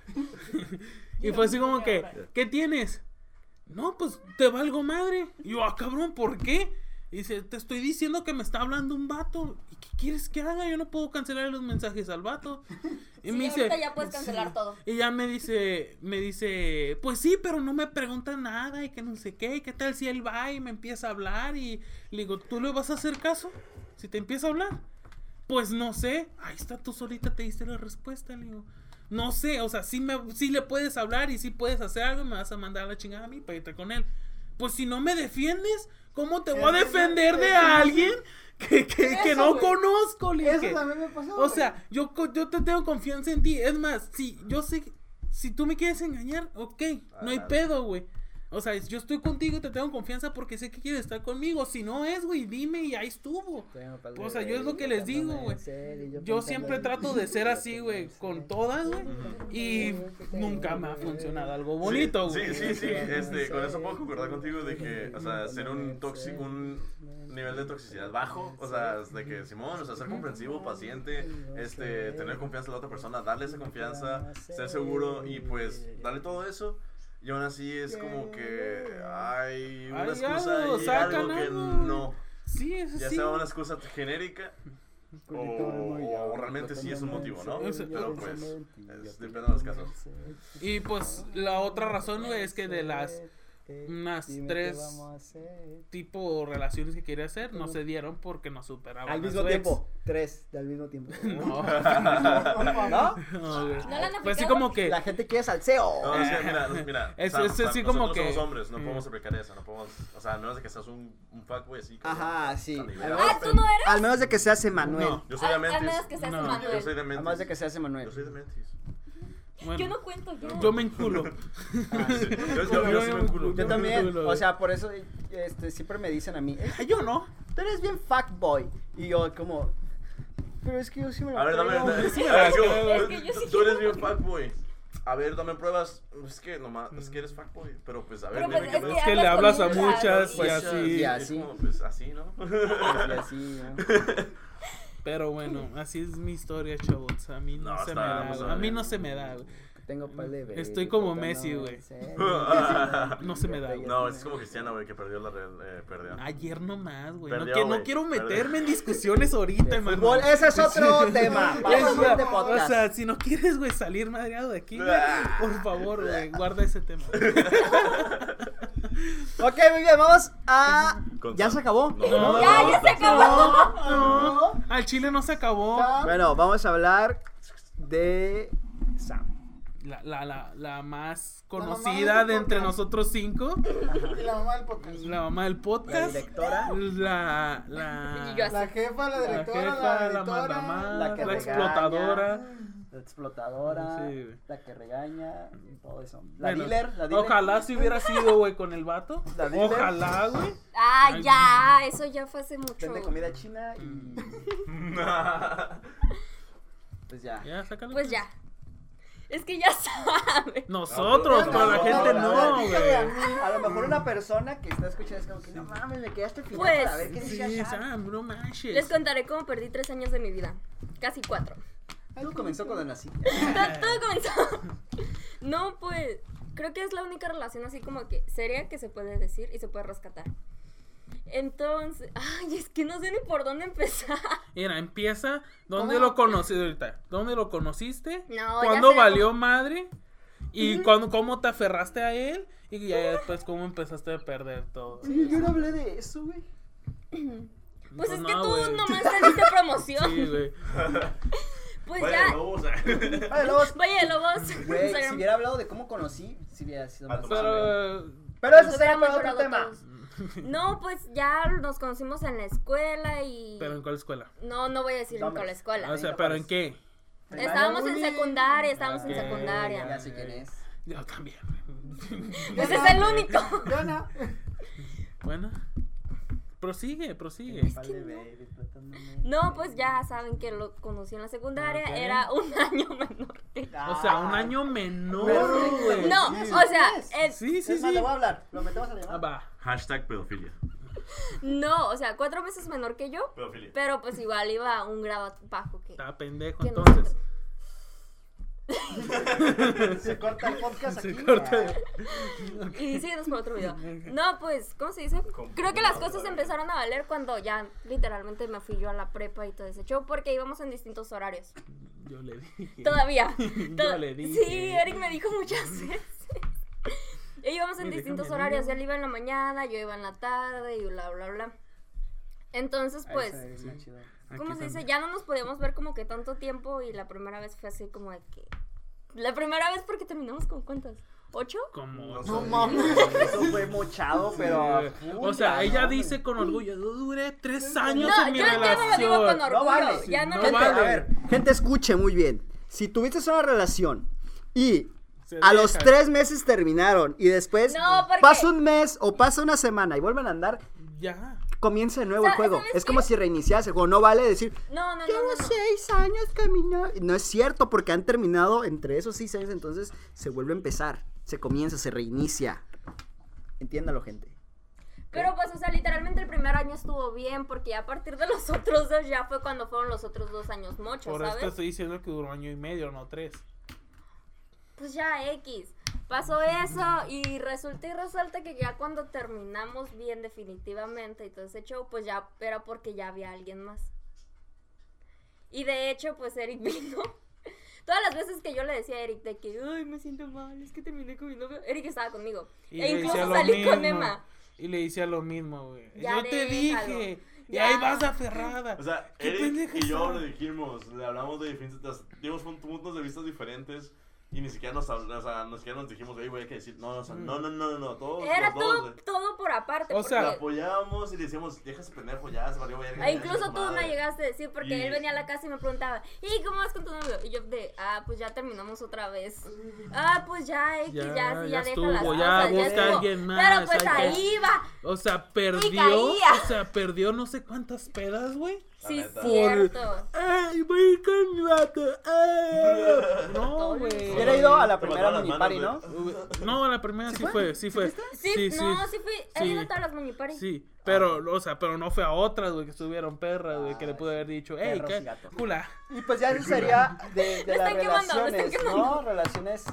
S1: y fue así como que, ¿qué tienes? No, pues te valgo madre. Y yo, ah, cabrón, ¿por qué? Y dice, te estoy diciendo que me está hablando un vato. ¿Y qué quieres que haga? Yo no puedo cancelar los mensajes al vato. Y
S3: Sí,
S1: me dice,
S3: ahorita ya puedes cancelar todo.
S1: y ya me dice, me dice, pues sí, pero no me pregunta nada y que no sé qué, y qué tal si él va y me empieza a hablar y le digo, ¿tú le vas a hacer caso? Si te empieza a hablar. Pues no sé, ahí está, tú solita te diste la respuesta, le digo. No sé, o sea, sí, me, sí le puedes hablar y sí puedes hacer algo, me vas a mandar a la chingada a mí para irte con él. Pues si no me defiendes, ¿cómo te voy a
S5: Es-
S1: defender de
S5: es-
S1: alguien que, que, que
S5: Eso,
S1: no
S5: güey.
S1: conozco? Le
S5: Eso
S1: dije.
S5: también me pasó.
S1: O
S5: güey.
S1: sea, yo, co- yo te tengo confianza en ti. Es más, si yo sé, si tú me quieres engañar, ok, no hay
S2: Ajá.
S1: pedo, güey. O sea, es, yo estoy contigo, te tengo confianza porque sé que quieres estar conmigo. Si no es, güey, dime y ahí estuvo. O sea, yo es lo que les digo, güey. Yo siempre trato de ser así, güey, con todas, güey. Y nunca me ha funcionado algo bonito,
S2: Sí,
S1: güey.
S2: sí, sí, este, con eso puedo concordar contigo de que, o sea, ser un tóxico, un nivel de toxicidad bajo, o sea, de que Simón, o sea, ser comprensivo, paciente, este, tener confianza en la otra persona, darle esa confianza, ser seguro y pues darle todo eso. Y aún así es como que hay una
S1: Hay
S2: excusa
S1: algo,
S2: y
S1: sacan
S2: algo que
S1: algo.
S2: no,
S1: Sí, eso
S2: ya
S1: sí.
S2: sea una excusa genérica o, o realmente sí es un motivo, ¿no? Pero pues, es- depende de los casos.
S4: eh.
S1: Y pues la otra razón, güey, es que de las
S4: eh,
S1: unas tres tipo relaciones que quería hacer no se dieron porque no superaban.
S4: Al
S1: a
S4: mismo
S1: Ah, su ex.
S4: tiempo. Tres, al mismo tiempo.
S1: No.
S4: ¿No?
S1: No, güey.
S3: ¿No la han
S1: Pues sí
S3: aplicado?
S1: como que
S4: La gente quiere salseo.
S2: No, es que, mira, mira.
S1: Es-
S2: Sam,
S1: es
S2: Sam,
S1: así como
S2: nosotros
S1: que-
S2: somos hombres, no
S1: Mm.
S2: podemos aplicar eso, no podemos. O sea, a menos de que seas un, un fuckboy así. cabrón.
S4: Ajá, sí.
S2: A nivel-
S3: Ah, tú no eres.
S4: Al menos de que se hace Manuel.
S1: no.
S2: Yo soy de
S3: Ah,
S2: Mentis.
S3: menos que seas
S1: No.
S3: Emanuel.
S2: Yo soy de
S4: Al
S2: Mentis.
S4: menos de que se hace Manuel.
S2: Yo soy de Mentis.
S1: bueno,
S3: Yo no cuento ya.
S1: yo me enculo.
S2: Sí. Yo, yo, yo sí me enculo.
S4: Yo también,
S1: Lo-
S4: o sea, por eso este, siempre me dicen a mí, "Eh,
S1: Ay, Yo no.
S4: tú eres bien fuckboy. Y yo como, pero es que yo sí me la
S2: A ver, dame.
S4: traigo".
S2: dame-
S1: Sí,
S2: a ver,
S1: es que-
S2: yo-
S3: es que yo sí
S2: Tú eres
S3: quiero-
S2: bien fuckboy. A ver, dame pruebas. Es que nomás, es
S4: Mm.
S2: que eres fuckboy. Pero pues, a ver,
S3: Pero,
S2: dime
S3: pues,
S2: qué
S3: es
S2: ves.
S1: Es que le hablas
S3: hablas
S1: a
S3: con
S1: muchas
S3: muchas,
S1: y
S3: pues,
S1: así.
S4: y
S2: es
S4: así.
S2: como, pues así, ¿no?
S4: Y así, ¿no?
S1: Pero bueno, así es mi historia, chavos. A mí no,
S2: No,
S1: se
S2: está-
S1: me da.
S2: vamos a
S1: güey. A mí
S2: ver.
S1: no se me da. güey.
S4: Tengo par de
S1: Estoy
S4: vellos,
S1: como
S4: puta,
S1: Messi,
S4: no,
S1: güey.
S4: en serio.
S1: No se me da. güey.
S2: No, es como Cristiano, güey, que perdió la Real. Eh, perdió.
S1: Ayer nomás, güey. No,
S2: Perdió,
S1: que- no
S2: güey.
S1: quiero
S2: Perdió.
S1: meterme en discusiones ahorita, hermano.
S4: Fútbol, ese es otro tema.
S1: Ya,
S4: Vamos a
S1: ya.
S4: de podcast.
S1: O sea, si no quieres, güey, salir madreado de aquí, güey,
S2: Ah.
S1: por favor, güey, guarda ese tema.
S4: ok, muy bien, vamos a...
S2: Con
S4: ¿Ya
S2: Sam.
S4: se acabó?
S2: No,
S3: Ya, ya se acabó.
S1: No, al chile no se acabó.
S4: Bueno, vamos a hablar de Sam.
S1: La, la, la, la más
S5: mamá
S1: conocida
S5: del
S1: de entre
S5: podcast.
S1: nosotros cinco,
S5: Y la mamá del podcast.
S1: la mamá del
S4: La
S1: podcast,
S4: directora.
S1: la, la,
S3: Y yo así.
S5: La jefa, la directora,
S1: jefa,
S5: la,
S1: la
S5: editora.
S1: mandamás,
S4: la que
S1: la
S4: regaña.
S1: explotadora.
S4: La explotadora,
S1: Sí, güey.
S4: la que regaña, y todo eso. La
S1: Bueno,
S4: dealer, la dealer.
S1: Ojalá si hubiera sido, güey, con el vato.
S4: La dealer.
S1: Ojalá, güey.
S3: Ah, ya, eso ya fue hace mucho.
S4: Vende comida china y
S1: Mm.
S4: pues ya.
S1: Ya, sácalo.
S3: Pues ya. Es que ya sabe.
S1: Nosotros,
S2: No,
S1: para la
S2: no,
S1: gente
S2: no,
S1: no,
S4: a ver,
S1: güey.
S4: A lo mejor una persona que está escuchando es como que no mames, me quedaste final
S3: Pues,
S4: para ver qué decía
S1: Sí,
S4: Sam.
S1: Sam, no
S3: Les
S1: manches.
S3: contaré cómo perdí tres años de mi vida. Casi cuatro.
S4: Algo comenzó con Anací.
S1: Eh.
S3: todo, todo comenzó. No, pues creo que es la única relación así como que seria que se puede decir y se puede rescatar. Entonces, ay, es que no sé ni por dónde empezar.
S1: Mira, empieza. ¿Dónde
S3: ¿Cómo?
S1: lo conociste ahorita? ¿Dónde lo conociste?
S3: No, ya
S1: ¿Cuándo
S3: sé
S1: valió madre? ¿Y cuándo, cómo te aferraste a él? Y ya después, ¿cómo empezaste a perder todo?
S4: Yo no hablé de eso, güey.
S3: Pues es que
S1: no,
S3: tú
S1: güey.
S3: nomás saliste promoción.
S1: Sí, güey.
S3: Pues
S2: Vaya,
S3: ya.
S2: no, o sea.
S4: Vale, luego-
S3: Vaya, lobos.
S4: Güey, si
S3: Instagram.
S4: hubiera hablado de cómo conocí, si hubiera sido más.
S1: Ah, Pero.
S4: Pero eso
S3: Nos
S4: será para
S3: hubiéramos
S4: otro tema.
S3: llorado todos. No, pues ya nos conocimos en la escuela y.
S1: ¿Pero en cuál escuela?
S3: No, no voy a decir en
S4: Dame.
S3: cuál escuela.
S1: O sea, ¿pero en qué?
S3: Estábamos en secundaria, estábamos
S1: Ah, Ok.
S3: en
S4: Ya
S3: secundaria.
S4: sé quién es.
S1: Yo también.
S3: Ese es el único.
S5: Yo no.
S1: Bueno. Prosigue, prosigue.
S4: Vale, baby, explotándome.
S3: No, pues ya saben que lo conocí en la secundaria,
S1: Ok.
S3: era un año menor. que-
S1: O sea,
S4: Ah.
S1: un año menor,
S4: Perfecto.
S1: güey.
S3: No, o sea, el-
S1: Sí, sí,
S4: Es más,
S1: sí.
S4: le voy a hablar. Lo metemos a la
S1: Ah,
S4: llamada.
S1: va.
S2: Hashtag pedofilia.
S3: no, o sea, cuatro meses menor que yo,
S2: Pedofilia.
S3: pero pues igual iba un grado bajo que.
S1: Está pendejo,
S3: Que no-
S1: entonces.
S4: Se corta el podcast aquí.
S1: Se corta.
S3: Y síguenos por otro video. No, pues, ¿cómo se dice? Creo que las cosas empezaron a valer cuando ya literalmente me fui yo a la prepa y todo ese show porque íbamos en distintos horarios.
S1: Yo le dije.
S3: Todavía.
S1: Yo le dije.
S3: Sí, Eric me dijo muchas veces. Y íbamos en
S1: Me dijo
S3: distintos
S1: mi
S3: horarios.
S1: amigo.
S3: Él iba en la mañana, yo iba en la tarde y bla, bla, bla. Entonces, pues,
S4: Ah,
S1: Aquí
S3: ¿cómo se dice?
S1: también.
S3: Ya no nos podíamos ver como que tanto tiempo y la primera vez fue así como de que... La primera vez porque terminamos con cuántas? ¿Ocho?
S1: Como.
S2: No
S5: No
S2: Sí.
S5: mames.
S4: Eso fue mochado, pero. a
S1: o
S4: punta,
S1: sea, ella
S4: ¿no?
S1: dice con orgullo, yo duré tres años
S3: No,
S1: en
S3: yo
S1: mi
S3: ya me lo
S1: relación.
S3: digo con orgullo.
S4: vale,
S3: ya no,
S1: no
S3: lo
S4: Gente,
S1: vale.
S4: a ver,
S6: Gente, escuche muy bien. Si tuviste una relación y
S1: Se
S4: A los
S1: dejan.
S4: tres meses terminaron y después
S3: No, porque-
S4: pasa un mes o pasa una semana y vuelven a andar,
S1: Ya.
S4: comienza de nuevo el
S3: Sa-
S4: juego.
S3: ¿sabes
S4: Es
S3: qué?
S4: como si reiniciase el juego. No vale decir,
S3: No, no, no.
S4: llevo
S3: no, no.
S4: seis años caminando. No es cierto porque han terminado entre esos seis años, entonces se vuelve a empezar. Se comienza, se reinicia. Entiéndalo, gente.
S3: Pero pues, o sea, literalmente el primer año estuvo bien, porque ya a partir de los otros dos ya fue cuando fueron los otros dos años mochos,
S1: Por
S3: ¿sabes?
S1: esto estoy diciendo que duró año y medio, no tres.
S3: Pues ya, X. Pasó eso y resulta y resalta que ya cuando terminamos bien definitivamente y todo ese show, pues ya era porque ya había alguien más. Y de hecho, pues Eric vino. Todas las veces que yo le decía a Eric de que, ay, me siento mal, es que terminé con mi novio, Eric estaba conmigo. e
S1: le decía
S3: incluso
S1: lo
S3: salí con
S1: mismo,
S3: Emma.
S1: Y le decía lo mismo, güey.
S3: Ya
S1: Yo te
S3: déjalo,
S1: dije. Y
S3: ya.
S1: ahí vas aferrada.
S2: O sea,
S1: ¿Qué
S2: Eric
S1: pendejas
S2: y yo
S1: son?
S2: le dijimos, le hablamos de diferentes, dimos pun- puntos de vista diferentes y ni siquiera nos, habl- o sea, ni siquiera nos dijimos, "Ey, güey, hay que decir, no, o
S4: Mm.
S2: sea, no, no, no, no, no, todos,
S3: Era
S2: los dos,
S3: todo,
S2: güey.
S3: todo por aparte.
S1: O sea,
S2: Le
S3: porque-
S2: apoyábamos y le decíamos, deja ese pendejo, ya, se valió verga.
S3: E
S2: ya,
S3: incluso
S2: chinga tu
S3: tú me
S2: madre".
S3: llegaste a decir porque
S2: Y-
S3: él venía a la casa y me preguntaba, ¿y cómo vas con tu novio? Y yo de, ah, pues ya terminamos otra vez. Ah, pues ya, X, ya,
S1: Ya,
S3: sí, ya,
S1: ya
S3: deja
S1: estuvo,
S3: las cosas.
S1: ya
S3: ya
S1: busca
S3: estuvo".
S1: alguien más,
S3: Pero pues
S1: hay que-
S3: ahí va.
S1: O sea, perdió.
S3: caía.
S1: O sea, perdió no sé cuántas pedas, güey.
S2: La
S3: Sí,
S2: neta.
S3: cierto.
S4: ¡Ay, voy a ir con mi vato!
S1: No, güey.
S4: Hubiera ido a la
S2: Te
S4: primera
S2: mandaron
S4: mini
S2: las
S4: party, ¿no?
S2: manos,
S1: No, la primera sí fue, sí fue.
S3: Sí, no, sí fui. He
S1: sí.
S3: ido a todas las mini parties.
S1: Sí, pero, o sea, pero no fue a otras, güey, que estuvieron perras, güey, que le pude haber dicho, hey,
S4: Perros y
S1: qué
S4: gatos.
S1: cula.
S4: Y pues ya eso sería de, de
S3: Me
S4: las
S3: están quemando, me están
S4: relaciones, ¿no?
S3: quemando.
S4: Relaciones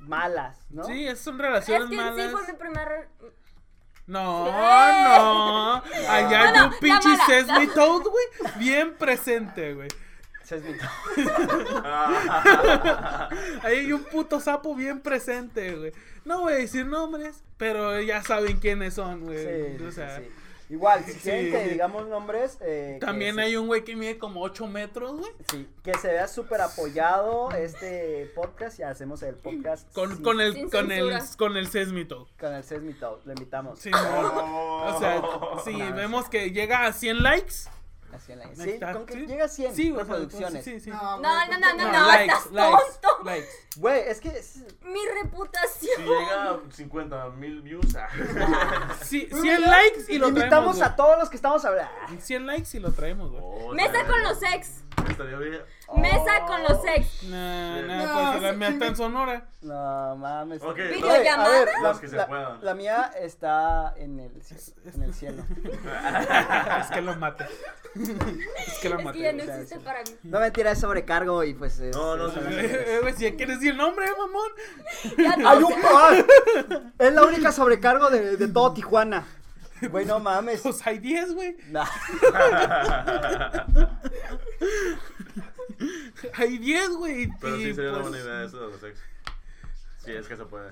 S4: malas, ¿no?
S1: Sí, esas son
S3: Es que
S1: relaciones
S3: sí
S1: malas.
S3: fue mi primer.
S1: No,
S3: Sí.
S1: no. Allá hay
S3: Bueno,
S1: un
S3: la
S1: pinche
S3: mala.
S1: sesme toad, güey, bien presente, güey.
S4: Ese es mi-
S1: Ahí hay un puto sapo bien presente, güey. No voy a decir nombres, pero ya saben quiénes son, güey.
S4: Sí,
S1: eh, o
S4: sí,
S1: sea,
S4: sí. Igual, si quieren
S1: Sí.
S4: que digamos nombres. eh, que
S1: también
S4: se-
S1: hay un güey que mide como 8 metros, güey.
S4: sí, que se vea súper apoyado este podcast y hacemos el podcast.
S1: Con,
S4: sin-
S1: con el,
S3: Sin
S1: con el,
S3: censura.
S1: con el sesmito.
S4: Con el Sesmito, lo invitamos.
S1: Sí, no.
S2: Oh.
S1: O sea, si
S4: No, no
S1: vemos que llega a 100 likes,
S4: Así en la-
S1: Ahí
S4: sí,
S1: está.
S4: con que
S1: Sí.
S4: llega a 100
S1: sí, güey,
S4: reproducciones.
S1: Sí, sí.
S3: No,
S5: No,
S3: no,
S5: güey,
S3: no, no,
S5: no,
S3: no,
S1: likes,
S3: estás
S1: likes,
S3: tonto.
S1: likes.
S4: Güey, es que. es-
S3: Mi
S2: Si
S3: reputación.
S2: llega a 50 mil views, ah.
S1: Sí, 100 likes y lo traemos.
S4: Invitamos a
S1: güey.
S4: todos los que estamos hablando.
S1: 100 likes y lo traemos, güey.
S2: Oh,
S3: Mesa
S2: estaría
S3: con
S2: bien.
S3: los ex.
S2: Estaría bien.
S3: Mesa con los ex.
S1: Nah,
S2: Sí.
S1: nah,
S5: No,
S1: pues la
S5: sí,
S1: mía
S5: sí,
S1: está en
S5: sí.
S1: Sonora.
S4: No mames.
S2: Ok,
S4: Oye,
S3: ¿Videollamada?
S4: a ver, la,
S2: Los que se
S4: la-
S2: puedan.
S4: la mía está en el, cie- en el cielo.
S1: es que lo maté. es
S2: Oh.
S1: que la
S3: Es
S1: maté.
S3: que ya no
S1: güey.
S3: existe para mí.
S4: No mentira, es sobrecargo y pues. es-
S2: No, no, sí, sí, sí.
S1: Eh, güey, si ya quieres decir el nombre, eh, mamón.
S3: Ya
S4: ¡Hay
S3: todos-
S4: un par! Es la única sobrecargo de, de todo Tijuana. Güey, no mames.
S1: Pues hay 10, güey.
S4: Nah.
S1: Hay 10, güey. y-
S2: Pero sí
S1: y,
S2: sería una
S1: pues,
S2: buena idea eso de los ex. Sí, es que se puede.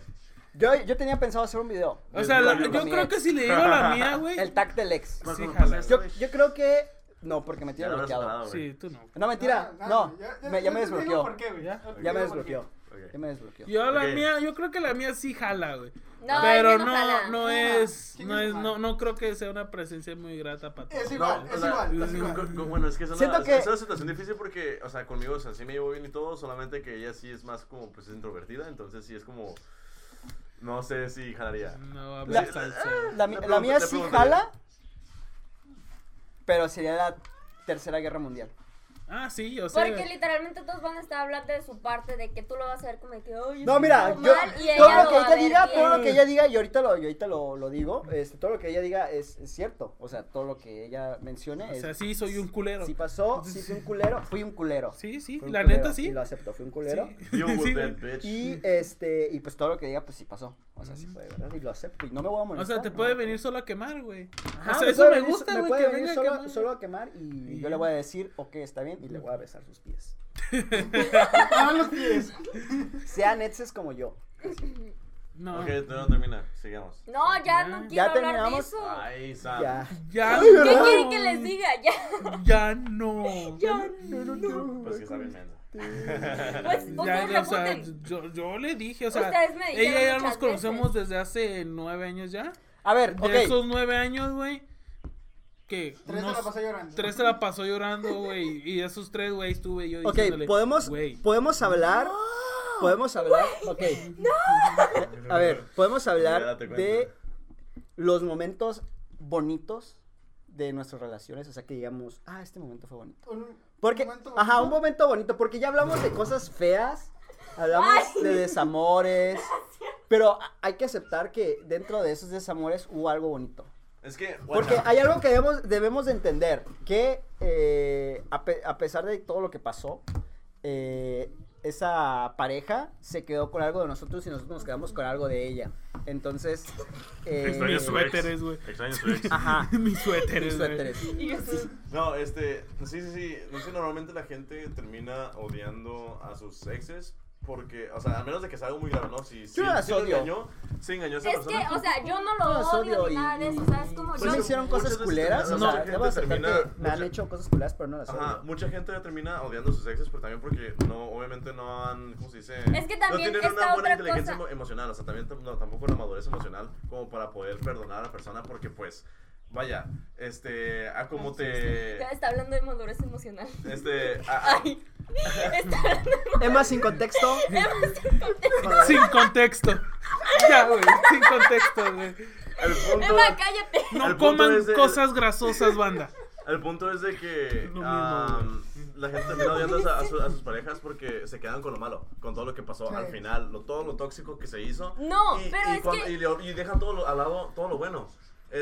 S4: Yo, yo tenía pensado hacer un video.
S1: O sea, la- yo creo que si le digo la mía, güey.
S4: El tag del ex.
S1: Sí,
S2: Marco, ¿no
S1: jala.
S2: pasa esto,
S4: Yo,
S2: güey?
S4: yo creo que. No, porque me
S2: Pues, Ya
S4: tiene
S2: lo habrás
S4: bloqueado.
S2: parado, güey.
S1: Sí, tú no.
S4: No, mentira, no. me- ya me
S5: yo te digo
S4: desbloqueó.
S5: por qué, güey,
S1: Ya.
S5: yo te
S4: Ya me
S5: digo por qué.
S4: desbloqueó.
S2: Ok.
S4: Ya me desbloqueó.
S1: Yo la
S2: Ok.
S1: mía, yo creo que la mía sí jala, güey.
S3: No,
S1: Pero
S3: yo
S1: no,
S3: jala.
S1: no
S5: Jala.
S1: es,
S5: Chingue
S1: no
S5: su
S1: es,
S5: madre.
S1: no, no creo que sea una presencia muy grata para todos.
S5: Es
S2: No,
S5: igual,
S2: o
S5: es
S2: sea,
S5: igual, es
S1: sí,
S5: igual.
S2: Con- con- Bueno, es que es una,
S4: Siento que-
S2: es una situación difícil porque, o sea, conmigo, o sea, sí me llevo bien y todo, solamente que ella sí es más como, pues, introvertida, entonces sí es como, no sé si jalaría.
S1: No,
S4: La-
S1: hables salsa.
S4: La, mi-
S2: Le
S4: la mía
S2: pregunto- le
S4: sí
S2: pregunto.
S4: jala. Pero sería la Tercera Guerra Mundial.
S1: Ah, sí, o sea.
S3: Porque literalmente todos van a estar hablando de su parte, de que tú lo vas a ver como de que, "Ay,
S4: No,
S3: esto
S4: mira,
S3: estuvo
S4: yo,
S3: mal", y
S4: todo
S3: ella
S4: lo que
S3: va a
S4: ella
S3: ver
S4: diga,
S3: bien.
S4: todo lo que ella diga, y ahorita lo, y ahorita lo, lo digo, este, todo lo que ella diga es, es cierto. O sea, todo lo que ella mencione
S1: O
S4: es,
S1: sea, sí, soy un culero.
S4: si
S1: Sí,
S4: pasó, si fui un culero, fui un culero.
S1: sí,
S4: Fui un
S1: la
S4: culero,
S1: neta sí.
S4: Y lo acepto, fui un culero.
S1: Sí.
S2: You with
S1: Sí,
S2: that
S1: güey.
S2: bitch.
S4: Y este, y pues todo lo que diga, pues sí pasó. O sea, sí fue de verdad. Y lo acepto. Y no me voy a
S1: O
S4: molestar.
S1: sea, te
S4: ¿no?
S1: puede venir solo a quemar, güey.
S4: Ajá,
S1: o sea,
S4: me
S1: eso
S4: puede
S1: me
S4: venir-
S1: gusta,
S4: me
S1: güey,
S4: puede
S1: que
S4: venir
S1: venga a
S4: solo,
S1: quemar.
S4: solo a quemar y,
S1: Y
S4: yo le
S1: ya.
S4: voy a decir, ok, está bien, y le voy a besar sus pies.
S5: No, los pies.
S4: Sean exes como yo.
S1: No.
S2: Ok, todavía no termina, sigamos.
S3: No, ya
S1: Ya
S3: no quiero hablar de
S4: terminamos.
S3: eso.
S2: Ay,
S1: Ah.
S2: Sam.
S4: Ya.
S1: Ya.
S3: ¿Qué
S1: no.
S3: quieren que les diga? Ya,
S1: Ya no.
S3: ya.
S2: Pues que está bien, mensa.
S3: Pues
S1: Ya,
S3: ustedes
S1: o sea,
S3: reputen.
S1: yo, yo le dije, o sea,
S3: Ustedes me dijeron
S1: ella ya nos
S3: muchas
S1: conocemos desde hace nueve años ya.
S4: A ver,
S1: De
S4: ok.
S1: esos nueve años, güey, que
S5: Tres
S1: unos
S5: se la pasé llorando.
S1: tres se la pasó llorando, güey, y esos tres, güey, estuve yo
S4: Ok,
S1: diciéndole.
S4: podemos,
S1: güey,
S4: podemos hablar. podemos hablar. Ok. A ver, podemos
S2: Ya
S4: hablar
S2: date cuenta.
S4: de los momentos bonitos de nuestras relaciones. O sea, que digamos, ah, este momento fue bonito.
S5: Un
S4: Porque,
S5: momento
S4: ajá, un
S5: bonito.
S4: momento bonito, porque ya hablamos de cosas feas, hablamos
S3: Ay.
S4: de desamores, pero a- hay que aceptar que dentro de esos desamores hubo algo bonito.
S2: Es que.
S4: Porque hay algo que debemos, debemos de entender, que eh, a, pe- a pesar de todo lo que pasó, eh, esa pareja se quedó con algo de nosotros y nosotros nos quedamos con algo de ella. Entonces... eh,
S1: Extraño su ex. suéteres, güey.
S2: Extraño su ex.
S4: Ajá.
S1: Mis suéteres,
S4: mis
S1: güey.
S4: suéteres.
S3: Y yo sí.
S2: No, este, sí, sí, sí. No sé, normalmente la gente termina odiando a sus exes porque, o sea, a menos de que sea algo muy grave, ¿no? Si, si,
S4: Yo las
S2: si lo
S4: odio.
S2: engañó, si engañó a esa
S3: Es que,
S2: persona.
S3: o sea, yo no
S4: No,
S3: lo
S4: los
S3: odio
S4: odio
S3: ni
S4: y-
S3: nada de eso, o sea, es como
S4: Pues
S3: yo...
S4: me hicieron
S2: muchas
S4: cosas
S2: veces
S4: culeras, o
S2: termina-
S4: sea,
S2: mucha
S4: debo
S2: gente
S4: aceptar
S2: termina-
S4: que me han
S2: mucha-
S4: hecho cosas culeras, pero no las odio.
S2: pues, Ajá, mucha gente ya termina odiando a sus exes, pero también porque no, obviamente no han, ¿cómo se dice?
S3: Es que también
S2: no tienen
S3: está
S2: una buena
S3: otra
S2: inteligencia
S3: cosa.
S2: emo- emocional, o sea, también tam- no, tampoco una madurez emocional como para poder perdonar a la persona porque, pues, vaya, este, a cómo te,
S3: Ya Está hablando de madurez emocional.
S2: este, a- a-
S3: Ay, está hablando
S4: Emma sin contexto.
S1: Sin contexto. Ya, güey. Sin contexto, güey.
S2: el punto...
S3: Emma, cállate.
S1: No
S2: El punto
S1: coman
S2: es de-
S1: cosas grasosas, banda.
S2: El punto es de que
S1: Lo mismo,
S2: am, la gente termina odiando a, a su- a sus parejas porque se quedan con lo malo, con todo lo que pasó
S5: Sí.
S2: al final, lo, todo lo tóxico que se hizo.
S3: No,
S2: y,
S3: pero
S2: y
S3: es
S2: cuando-
S3: que-
S2: y le- y dejan todo lo, al lado todo lo bueno.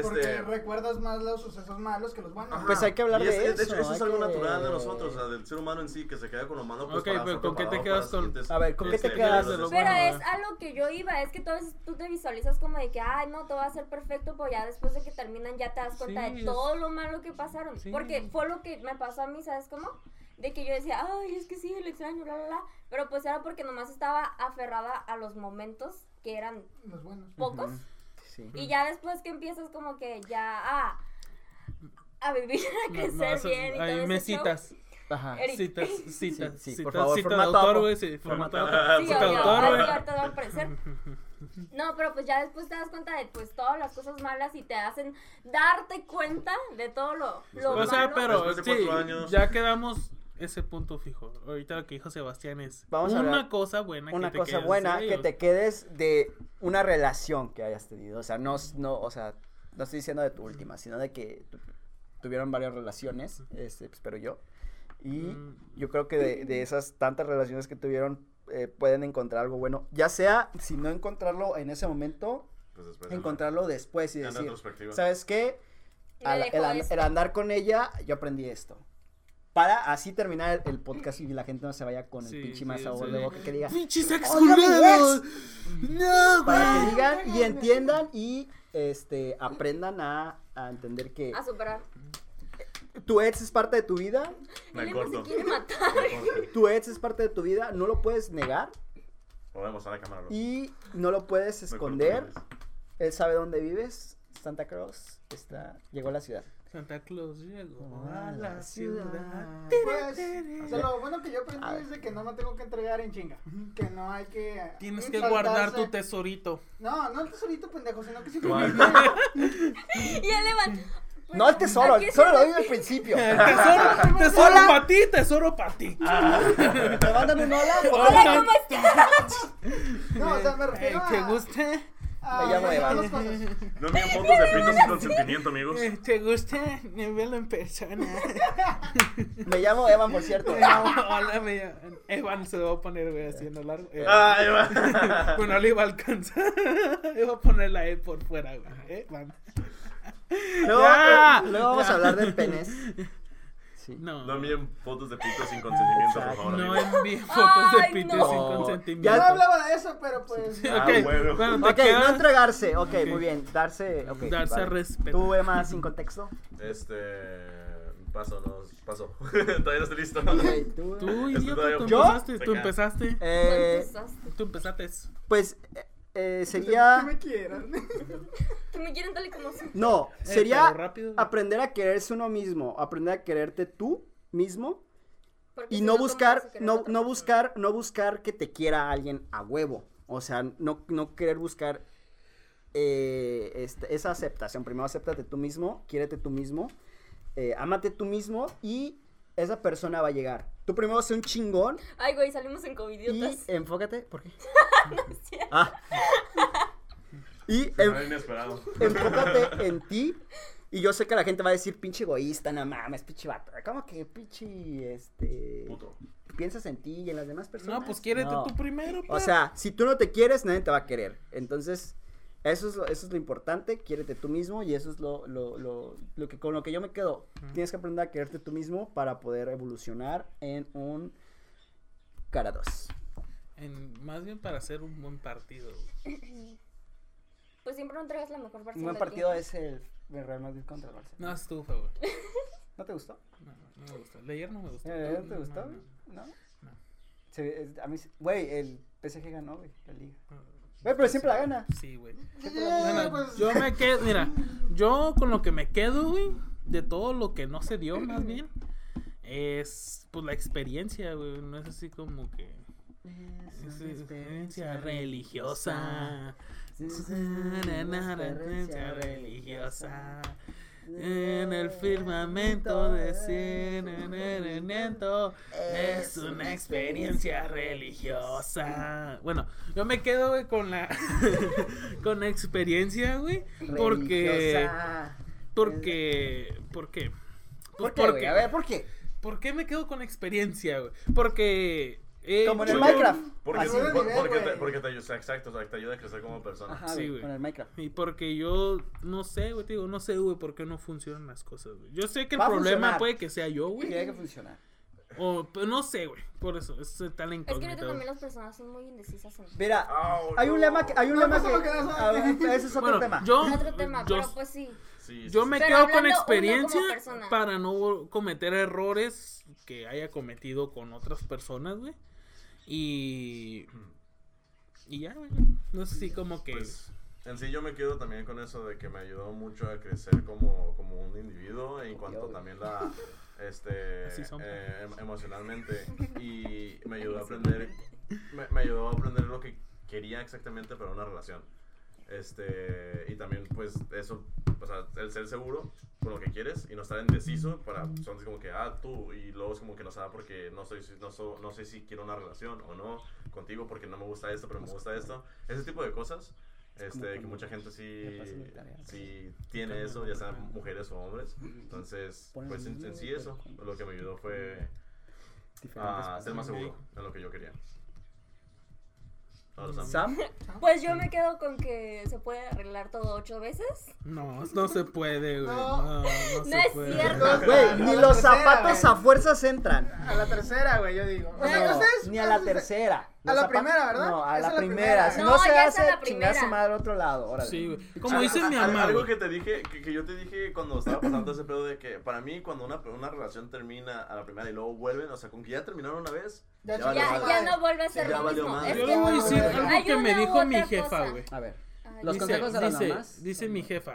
S5: Porque
S2: Este,
S5: recuerdas más los sucesos malos que los buenos.
S2: ajá.
S4: Pues hay que hablar
S2: Y
S4: de
S2: es- es- De
S4: eso,
S2: hecho, eso es
S4: hay
S2: algo
S4: que-
S2: natural de nosotros, o sea, del ser humano en sí, que se queda con lo malo. Pues,
S1: Ok,
S2: para
S1: pero
S2: estar
S1: ¿con qué te
S2: preparado
S1: quedas
S2: para
S1: con-
S2: siguientes-
S4: A ver, ¿con qué te
S2: este,
S4: quedas?
S2: niveles de-
S1: Bueno,
S3: Pero es
S1: eh.
S3: a lo que yo iba, es que tú, a veces tú te visualizas como de que, ay, no, todo va a ser perfecto, pero ya después de que terminan ya te das cuenta
S1: Sí,
S3: de
S1: es-
S3: todo lo malo que pasaron.
S1: Sí.
S3: Porque fue lo que me pasó a mí, ¿sabes cómo? De que yo decía, ay, es que sí, el extraño, la, la, la. Pero pues era porque nomás estaba aferrada a los momentos que eran
S5: Los buenos.
S3: pocos.
S4: Sí.
S3: Y ya después que empiezas como que ya a, a vivir, a
S1: No,
S3: crecer
S1: no, eso-
S3: bien y todo
S1: ahí
S3: ese
S1: me
S3: show.
S1: citas.
S4: Ajá.
S3: Eric.
S1: Citas,
S3: Sí,
S1: citas,
S4: sí,
S1: citas,
S4: por
S1: citas
S4: favor,
S1: de
S4: formato,
S1: autor,
S4: por-
S1: güey, sí, formato de autor.
S2: Ah,
S3: Sí,
S2: puta,
S1: obvio.
S3: obvio,
S1: autor, güey.
S3: ahorita te va a parecer. No, pero pues ya después te das cuenta de pues todas las cosas malas y te hacen darte cuenta de todo lo, lo
S1: O sea,
S3: malo.
S1: pero
S2: Después de
S1: sí,
S2: cuatro años.
S1: ya quedamos ese punto fijo. Ahorita lo que dijo Sebastián es
S4: Vamos a
S1: una
S4: hablar-
S1: cosa buena
S4: Una
S1: que te
S4: cosa
S1: quedes,
S4: buena
S1: sí,
S4: que
S1: o-
S4: te quedes de una relación que hayas tenido. O sea, no, no, o sea, no estoy diciendo de tu última, sino de que tu- tuvieron varias relaciones, este, pues, pero yo. Y
S1: Mm.
S4: yo creo que de, de esas tantas relaciones que tuvieron eh, pueden encontrar algo bueno. Ya sea, si no encontrarlo en ese momento,
S2: Pues después, ¿no?
S4: encontrarlo después y
S2: En
S4: decir,
S2: retrospectiva.
S4: ¿sabes qué?
S3: Me
S4: Al-
S3: dejó
S4: el, an-
S3: esto.
S4: el andar con ella, yo aprendí esto. Para así terminar el, el podcast y la gente no se vaya con
S1: Sí,
S4: el
S1: sí,
S4: pinche más sabor
S1: sí.
S4: de boca que diga.
S1: ¡Pinches ex
S4: "Odio a mi
S1: culeros!
S4: ex".
S1: ¡No,
S4: Para
S1: güey!
S4: que digan y entiendan y este aprendan a, a entender que
S3: A superar.
S4: tu ex es parte de tu vida,
S2: Me
S3: Él se
S2: corto.
S3: quiere matar.
S2: Me corto.
S4: tu ex es parte de tu vida, no lo puedes negar
S2: Lo voy a mostrar a la cámara. bro.
S4: y no lo puedes
S2: Me corto,
S4: esconder.
S2: Luis.
S4: Él sabe dónde vives. Santa Claus está llegó a la ciudad.
S1: Santa Claus llegó a la ciudad.
S5: Pues, o sea, lo bueno que yo aprendí es de que no me tengo que entregar en chinga. Que no hay que. eh,
S1: Tienes que
S5: saltarse-
S1: guardar tu tesorito.
S5: No, no el tesorito pendejo, sino que
S2: Tu
S5: simplemente.
S2: alma.
S3: Y él levanta.
S4: No el tesoro,
S3: Pues, Aquí
S4: el tesoro
S3: se
S4: lo
S3: me-
S4: digo al principio.
S1: Tesoro, tesoro
S4: Hola.
S1: para ti, tesoro para ti.
S4: Te mandan un hola.
S1: Hola,
S3: ¿Cómo es que?
S5: No, o sea, me
S1: Ey,
S5: refiero
S1: Eh, ¿Te
S5: a.
S1: gusta?
S5: a-
S4: Me llamo
S5: a
S4: Iván.
S5: las cosas.
S2: No envían fotos de pito sin consentimiento, amigos.
S1: Eh, ¿Te gusta? Me velo en persona.
S4: Me llamo Evan, por cierto.
S1: Hola, me llaman- Evan se lo va a poner, güey, así en lo largo. Evan.
S2: Ay, va.
S1: Bueno, le iba a alcanzar. Iba a poner la E por fuera, güey. Evan.
S4: Luego,
S1: Ya.
S4: eh, luego vamos a
S1: Ya.
S4: hablar de penes.
S1: No.
S2: No envíen fotos de pito sin consentimiento, por favor.
S1: No
S2: amigos.
S1: envíe fotos de
S3: Ay,
S1: pito
S3: no.
S1: sin consentimiento.
S5: No
S4: Ya-
S5: hablaba de eso, pero pues.
S1: Ok,
S2: Ah, bueno.
S1: bueno, te
S4: Ok,
S1: queda-
S4: no entregarse. Ok,
S1: Ok.
S4: muy bien. Darse, okay,
S1: Darse respeto.
S4: ¿Tú, Emma, sin contexto?
S2: Este. Paso, no. Paso. Todavía no estoy listo.
S4: Ok, tú,
S1: Tú,
S2: Esto
S1: idiota,
S2: todavía-
S1: tú
S2: ¿Yo?
S1: empezaste,
S2: Te
S1: tú
S2: queda.
S1: empezaste,
S4: Eh,
S3: Empezaste.
S1: tú empezaste.
S4: pues eh, eh,
S5: Que
S4: sería.
S5: me quieran.
S3: Que me quieren tal y como soy.
S4: No,
S1: Eh, pero
S4: sería
S1: rápido.
S4: aprender a quererse uno mismo. Aprender a quererte tú mismo.
S3: Porque
S4: Y
S3: si
S4: no
S3: ¿cómo vas
S4: buscar,
S3: a querer
S4: no,
S3: otra
S4: no
S3: persona?
S4: buscar, no buscar que te quiera alguien a huevo. O sea, no, no querer buscar eh, este- esa aceptación. Primero acéptate tú mismo, quiérete tú mismo, eh, ámate tú mismo y esa persona va a llegar. Tú primero sé un chingón
S3: Ay, güey, salimos en
S4: y eh,
S3: covidiotas.
S4: enfócate. ¿Por qué?
S2: Ah,
S4: Y en-
S2: era inesperado.
S4: enfócate en ti. Y yo sé que la gente va a decir, pinche egoísta, no mames, pinche vato. ¿Cómo que pinche, este...
S2: Puto.
S4: Piensas en ti y en las demás personas?
S1: No, pues quiérete
S4: No.
S1: tú primero,
S4: O
S1: perro.
S4: sea, si tú no te quieres, nadie te va a querer. Entonces, eso es lo, eso es lo importante, quiérete tú mismo y eso es lo, lo, lo- lo que, con lo que yo me quedo. Tienes que aprender a quererte tú mismo para poder evolucionar en un cara 2.
S1: En- más bien para hacer un buen partido. güey.
S3: Pues siempre no traigas la mejor versión.
S4: Un buen
S3: de ti.
S4: partido es el, el Real Madrid contra el Barcelona.
S1: No, estufa, güey.
S4: ¿No te gustó?
S1: No, no me gustó. El de ayer no me gustó.
S4: Eh,
S1: No,
S4: ¿Te
S1: no,
S4: gustó?
S1: no.
S4: ¿No?
S1: No.
S4: Se- es- a mí, se- güey, el PSG ganó, güey, la liga.
S1: Güey,
S4: Güey, pero siempre la gana.
S1: Sí, güey.
S5: Eh,
S1: Bueno,
S5: pues,
S1: yo me quedo, mira, yo con lo que me quedo, güey, de todo lo que no se dio, más bien, es pues la experiencia, güey. No es así como que. Es una experiencia religiosa. Es una experiencia religiosa. En el
S4: Eh,
S1: firmamento de cien es una experiencia religiosa. Bueno, yo me quedo güey, con la con la experiencia, güey, porque
S4: Religiosa.
S1: porque porque pues,
S4: ¿Por qué, güey? A ver, ¿por qué?
S1: ¿Por qué me quedo con experiencia, güey? Porque eh,
S4: Como en el
S1: yo-
S4: Minecraft.
S2: Porque,
S4: Así.
S2: por-
S5: güey.
S2: porque te, porque te ayuda, exacto, o sea, te ayuda a crecer como persona.
S4: Ajá,
S1: Sí,
S4: güey,
S1: güey.
S4: con el Minecraft.
S1: Y porque yo no sé, güey, te digo, no sé, güey, por qué no funcionan las cosas, güey. Yo sé que el
S4: Va a
S1: problema
S4: funcionar.
S1: puede que sea yo, güey.
S4: Tiene que funcionar.
S1: O pero no sé, güey. Por eso, es tan
S3: Es que
S1: incógnito.
S3: ahorita también las personas son muy indecisas. En...
S4: Mira,
S2: Au,
S4: hay un
S2: no.
S4: lema que. Hay un
S5: No,
S4: lema
S5: eso
S4: que.
S5: es lo que no
S4: a
S5: sabe.
S4: ver, Ese es otro
S1: bueno,
S4: tema.
S1: yo,
S3: Otro tema,
S1: yo,
S3: pero pues sí.
S2: Sí, sí,
S1: yo
S2: sí.
S1: me
S3: Pero
S1: quedo con
S3: hablando uno como
S1: experiencia
S3: persona.
S1: para no vol- cometer errores que haya cometido con otras personas, güey. Y. Y ya, güey. No sé si como que.
S2: Pues, en sí yo me quedo también con eso de que me ayudó mucho a crecer como, como un individuo en cuanto también la este
S1: Así son.
S2: eh, em- emocionalmente y me ayudó a aprender me, me ayudó a aprender lo que quería exactamente para una relación este y también pues eso o sea el ser seguro con lo que quieres y no estar indeciso para son como que ah tú y luego es como que no sabe porque no soy no so- no sé si quiero una relación o no contigo porque no me gusta esto pero me gusta esto ese tipo de cosas este que mucha gente sí
S4: pasan la tarea.
S2: sí tiene eso ya sean mujeres o hombres entonces pues en, en sí eso lo que me ayudó fue a Ah, ser más seguro en lo que yo quería Ahora, Sam.
S4: Sam,
S3: Pues yo me quedo con que se puede arreglar todo ocho veces.
S1: No, no se puede, güey.
S5: No.
S1: No, no, se
S3: es
S1: puede.
S3: cierto.
S5: Entonces,
S4: güey,
S5: a
S4: ni
S5: la
S4: los
S5: tercera,
S4: zapatos
S5: güey.
S4: a fuerzas entran.
S5: A la tercera, güey, yo digo. O sea,
S4: No,
S5: ustedes-
S4: ni a la
S5: ustedes-
S4: tercera. Los
S5: la
S4: zapatos-
S5: primera, ¿verdad?
S4: No, a
S5: Esa
S4: la,
S5: es la
S4: primera.
S5: primera.
S4: Si no,
S3: No,
S4: se
S3: ya esa
S4: hace,
S3: es la
S4: chingar a su
S3: primera.
S4: madre a otro lado. Órale.
S1: Sí, güey. Como
S2: Al-
S1: dice
S2: al-
S1: mi
S2: al-
S1: mamá.
S2: Algo
S1: güey.
S2: que te dije, que, que yo te dije cuando estaba pasando ese pedo de que para mí cuando una, una relación termina a la primera y luego vuelven, o sea, con que ya terminaron una vez,
S5: Ya
S2: valió
S3: ya,
S2: madre.
S3: ya no vuelve a ser
S2: Ya
S3: lo
S2: valió
S3: mismo.
S2: madre.
S3: Es
S1: Yo
S3: que
S1: le voy a decir
S5: no,
S1: algo
S3: hay
S1: que me
S3: una u
S1: dijo mi
S3: otra
S1: jefa,
S3: cosa.
S1: güey.
S4: A ver.
S3: Ay,
S4: Los
S1: dice,
S4: consejos de las
S1: dice-
S4: mamás.
S1: Dice mi jefa,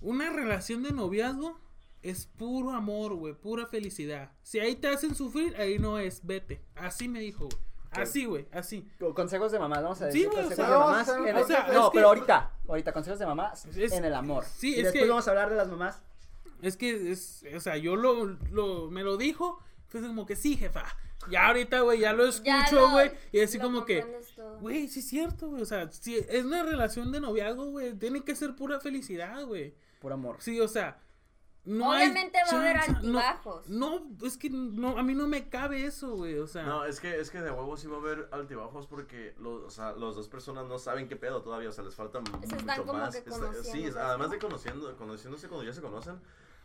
S1: una relación de noviazgo es puro amor, güey, pura felicidad. Si ahí te hacen sufrir, ahí no es, vete. Así me dijo, güey. Así, güey, así.
S4: Co- Consejos de mamás, vamos a
S1: Sí,
S4: decir
S1: güey, o
S4: consejos
S1: sea,
S4: de
S5: vamos
S4: mamás.
S5: a hacer un
S4: en el-
S1: podcast.
S4: no,
S1: Es que-
S4: pero ahorita, ahorita, consejos de mamás
S1: Es-
S4: en el amor.
S1: sí,
S4: y
S1: es
S4: después
S1: que-
S4: vamos a hablar de las mamás.
S1: Es que es, o sea, yo lo, lo- me lo dijo, fue así como que sí, jefa. Ya ahorita, güey, ya lo
S3: Ya
S1: escucho,
S3: lo-
S1: güey, y así
S3: lo
S1: como que,
S3: comprendes todo.
S1: güey, sí es cierto, güey, o sea, si es una relación de noviazgo, güey, tiene que ser pura felicidad, güey.
S4: Por amor.
S1: Sí, o sea, no hay
S3: Obviamente va a haber
S1: chance, no-
S3: altibajos.
S1: No, es que no, a mí no me cabe eso, güey, o sea.
S2: No, es que, es que de huevo sí va a haber altibajos porque los, o sea, los dos personas no saben qué pedo todavía, o sea, les falta
S3: Se están
S2: mucho
S3: como
S2: más.
S3: que
S2: Está- sí,
S3: conociendo,
S2: además
S3: ¿no?
S2: de conociendo, conociéndose cuando ya se conocen,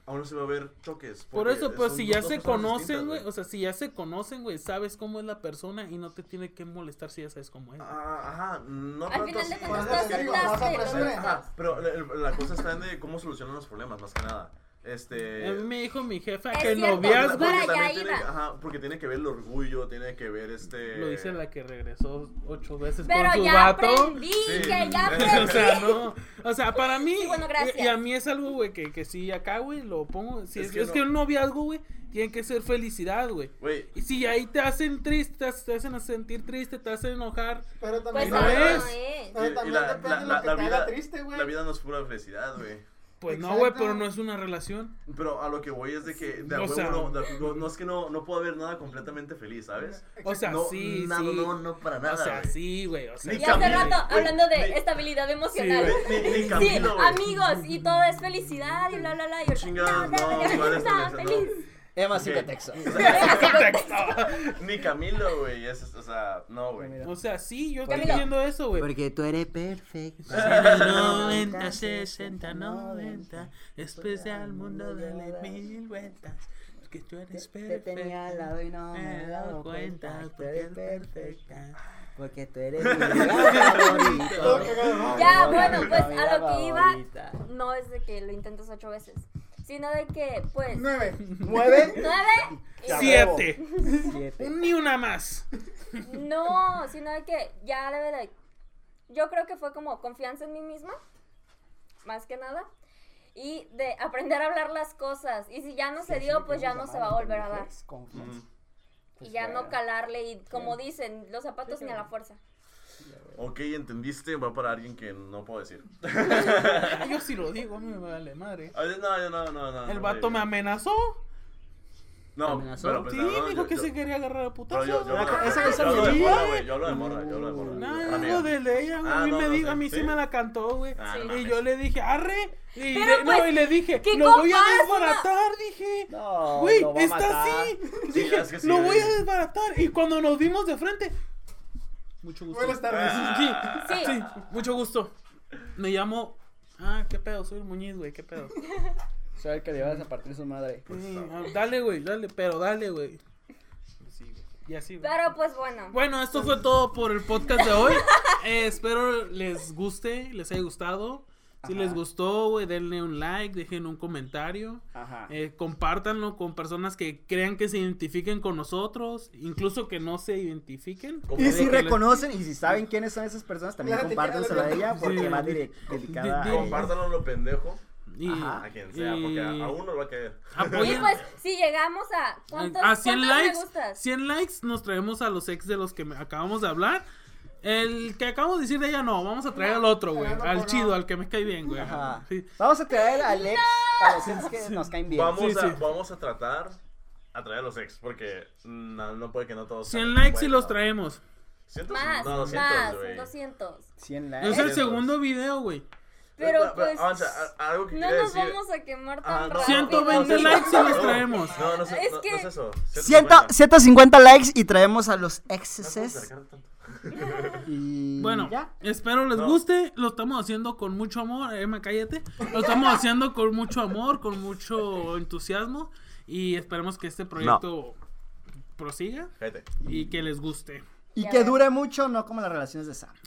S2: aún se va a haber choques.
S1: Por
S2: porque
S1: eso, pues
S2: son
S1: si
S2: dos-
S1: ya
S2: dos
S1: se
S2: personas
S1: conocen,
S2: distintas,
S1: güey, o sea, si ya se conocen, güey, sabes cómo es la persona y no te tiene que molestar si ya sabes cómo es. güey.
S2: Ah, ajá, no
S3: Al
S2: tanto
S3: final de
S2: así.
S3: cuentas,
S5: tú
S2: Ajá,
S5: aceptaste,
S2: digo, vas a
S5: lo
S2: aprender,
S5: aceptas.
S2: ajá, Pero la, el- la cosa está en de cómo solucionan los problemas, más que nada.
S1: a mí
S2: Este.
S1: me dijo mi jefa
S3: Es
S1: que
S3: cierto,
S1: noviazgo
S3: para allá
S2: también
S3: iba.
S2: tiene, ajá, porque tiene que ver el orgullo, tiene que ver este.
S1: lo dice la que regresó ocho veces
S3: Pero
S1: con su
S3: ya
S1: vato.
S3: aprendí,
S2: Sí.
S3: que ya
S1: o
S3: aprendí.
S1: sea, no. O sea, para mí. eh,
S3: Sí, bueno, gracias.
S1: y, y a mí es algo, güey, que, que sí, acá, güey, lo pongo. Si
S2: Es
S1: es,
S2: que
S1: es
S2: no-
S1: que un noviazgo, güey, tiene que ser felicidad, güey.
S2: Güey,
S1: Y si ahí te hacen triste, te hacen- te hacen sentir triste, te hacen enojar.
S5: Pero
S3: Pues
S5: también.
S2: no
S3: no, no
S1: es.
S3: es.
S2: y- y
S5: Pero también
S2: la-
S5: depende
S2: la-
S5: de
S2: la-
S5: lo que
S2: la
S5: te
S2: vida-
S5: haga triste, güey.
S2: la vida no es pura felicidad, güey.
S1: Pues no, güey,
S5: Exacto.
S1: pero no es una relación.
S2: Pero a lo que voy es de que de a
S1: O
S2: huevo
S1: sea-
S2: no, de a- no- no es que no, no puedo haber nada completamente feliz, ¿sabes?
S1: O sea,
S2: no,
S1: sí,
S2: nada,
S1: sí.
S2: no, no para nada.
S1: o sea,
S2: güey.
S1: sí, güey. O sea,
S2: Ni
S3: Y hace
S2: Camilo,
S3: rato,
S2: güey,
S3: hablando de
S2: ni-
S3: estabilidad emocional.
S1: güey.
S2: Ni, ni, ni
S3: Sí,
S2: Camilo, güey.
S3: amigos, y todo es felicidad y bla, bla, bla. Y ahorita,
S2: Chingada,
S3: no,
S2: no,
S3: no,
S2: no eres
S3: está
S2: feliz,
S3: feliz.
S4: Emma
S2: Ok.
S4: Psicotexa.
S2: O sea,
S1: Contexto.
S2: ni Camilo, güey. es- es- O sea, no, güey.
S1: O sea, sí, yo estoy
S3: Camilo.
S1: diciendo eso, güey.
S4: Porque tú eres perfecto.
S1: 90, 60, 90, después al mundo dale mil vueltas. Porque tú eres
S4: Te tenía al
S1: perfecta.
S4: lado y no
S1: Me
S4: me
S1: he
S4: he dado cuenta. Tú eres perfecta.
S1: perfecta.
S4: Porque tú eres mi lugar favorito.
S3: Ya,
S4: Mi
S3: bueno, pues
S4: comida
S3: a lo que iba,
S4: favorita.
S3: no es de que lo intentes ocho veces, sino de que, pues,
S5: Nueve.
S4: Mueve.
S3: nueve,
S1: Siete.
S4: Siete.
S1: Ni una más.
S3: no, sino de que ya debe de, yo creo que fue como confianza en mí misma, más que nada, y de aprender a hablar las cosas, y si ya no se dio, pues ya no se va a volver a dar,
S2: Ujú. Pues
S3: y ya no calarle, y como dicen, los zapatos ni a la fuerza.
S2: Ok, entendiste, va para alguien que no puedo decir.
S1: Yo sí lo digo, a mí me vale madre.
S2: A veces, No, yo no, no, no.
S1: El
S2: no,
S1: vato
S2: güey.
S1: me amenazó.
S2: No,
S4: ¿Amenazó?
S2: pero pues,
S1: Sí,
S2: no,
S1: dijo
S2: yo-
S1: que
S2: yo-
S1: se quería agarrar a
S2: pero
S1: putazos.
S2: yo- yo-
S1: güey.
S4: esa- esa
S2: yo hablo de
S4: sería-
S2: morra, güey, Yo hablo de morra, yo hablo de morra.
S1: No,
S2: Amiga.
S1: hijo de ley, güey,
S2: Ah,
S1: a mí
S2: no,
S1: me
S2: no
S1: dijo,
S2: sé,
S1: a mí sí.
S2: sí.
S1: me la cantó, güey.
S2: Ah,
S1: y
S2: no mames.
S1: yo le dije, arre. Y,
S3: Pero,
S1: le, no,
S3: pues,
S1: y le dije,
S3: ¿qué
S1: lo voy a
S3: compas, una-
S1: desbaratar, dije.
S4: No,
S1: Güey,
S4: lo va a
S1: está
S4: matar.
S1: así.
S2: Sí,
S1: Dije,
S2: es que sí,
S1: lo
S2: güey.
S1: voy a desbaratar. Y cuando nos vimos de frente, mucho gusto.
S5: Buenas tardes.
S1: Sí,
S3: Sí.
S1: sí, mucho gusto. Me llamo. Ah, qué pedo, soy el Muñiz, güey, qué pedo.
S4: Soy el que le ibas a partir su madre.
S1: Sí, ah, dale, güey, dale, pero dale, güey. Sí, güey. Y así, güey.
S3: Pero pues bueno,
S1: Bueno, esto fue todo por el podcast de hoy. Eh, espero les guste, les haya gustado. Si les gustó, güey, denle un like, dejen un comentario.
S4: Ajá.
S1: Eh, compártanlo con personas que crean que se identifiquen con nosotros, incluso que no se identifiquen.
S2: Como
S4: Y
S1: De
S4: si
S1: que les-
S4: reconocen y si saben quiénes son esas personas, también
S5: Claro, te queda
S4: compártenselo a
S5: la-
S4: ella porque
S1: Sí.
S4: va dire- dedicada a
S1: Di-
S4: ella.
S1: di-
S2: Compártanlo lo pendejo
S1: y-
S4: Ajá.
S2: a quien sea, porque a, a uno lo va a caer.
S3: y
S1: apoyen-
S3: pues, si llegamos a, ¿cuántos,
S1: a 100
S3: cuántos
S1: likes,
S3: me gustas?
S1: 100 likes nos traemos a los ex de los que me- acabamos de hablar. El que acabamos de decir de ella no, vamos a traer al otro, güey,
S5: no,
S1: al
S5: no.
S1: chido, al que me cae bien, güey.
S4: Ajá.
S1: Sí.
S4: Vamos a traer a Alex a los ex que nos caen bien.
S2: Vamos,
S1: Sí,
S2: a,
S1: sí.
S2: vamos a tratar a traer a los ex, porque no, no puede que no todos.
S1: 100
S2: sean
S1: likes y
S2: buenos.
S1: los
S2: Eh,
S1: traemos.
S2: 100,
S3: Más,
S2: no, 200,
S3: más,
S2: güey.
S3: 200.
S4: 100
S1: Es el
S4: likes.
S2: Entonces-
S1: segundo video, güey.
S3: Pero pues
S2: avanza, a- algo que
S3: no
S2: quería
S3: nos
S2: decir.
S3: vamos a quemar
S2: Ajá,
S3: tan
S2: Ah, no,
S3: rápido.
S1: 120
S2: no,
S1: likes y
S2: no,
S1: los
S2: no,
S1: traemos.
S2: No, no, sé-
S3: Es
S2: no,
S3: que-
S2: no es eso.
S4: 100
S2: 150.
S4: 150 likes y traemos a los
S2: No se puede
S4: exes.
S2: acercar tanto.
S4: Y
S1: Bueno,
S4: ya.
S1: espero les
S2: Mm, No.
S1: guste. Lo estamos haciendo con mucho amor. Emma, cállate. Lo estamos haciendo con mucho amor, con mucho entusiasmo. Y esperemos que este proyecto prosiga
S2: Cállate.
S1: y que les guste.
S4: Y
S3: Ya
S4: que
S3: ves.
S4: dure mucho, no como las relaciones de Sam.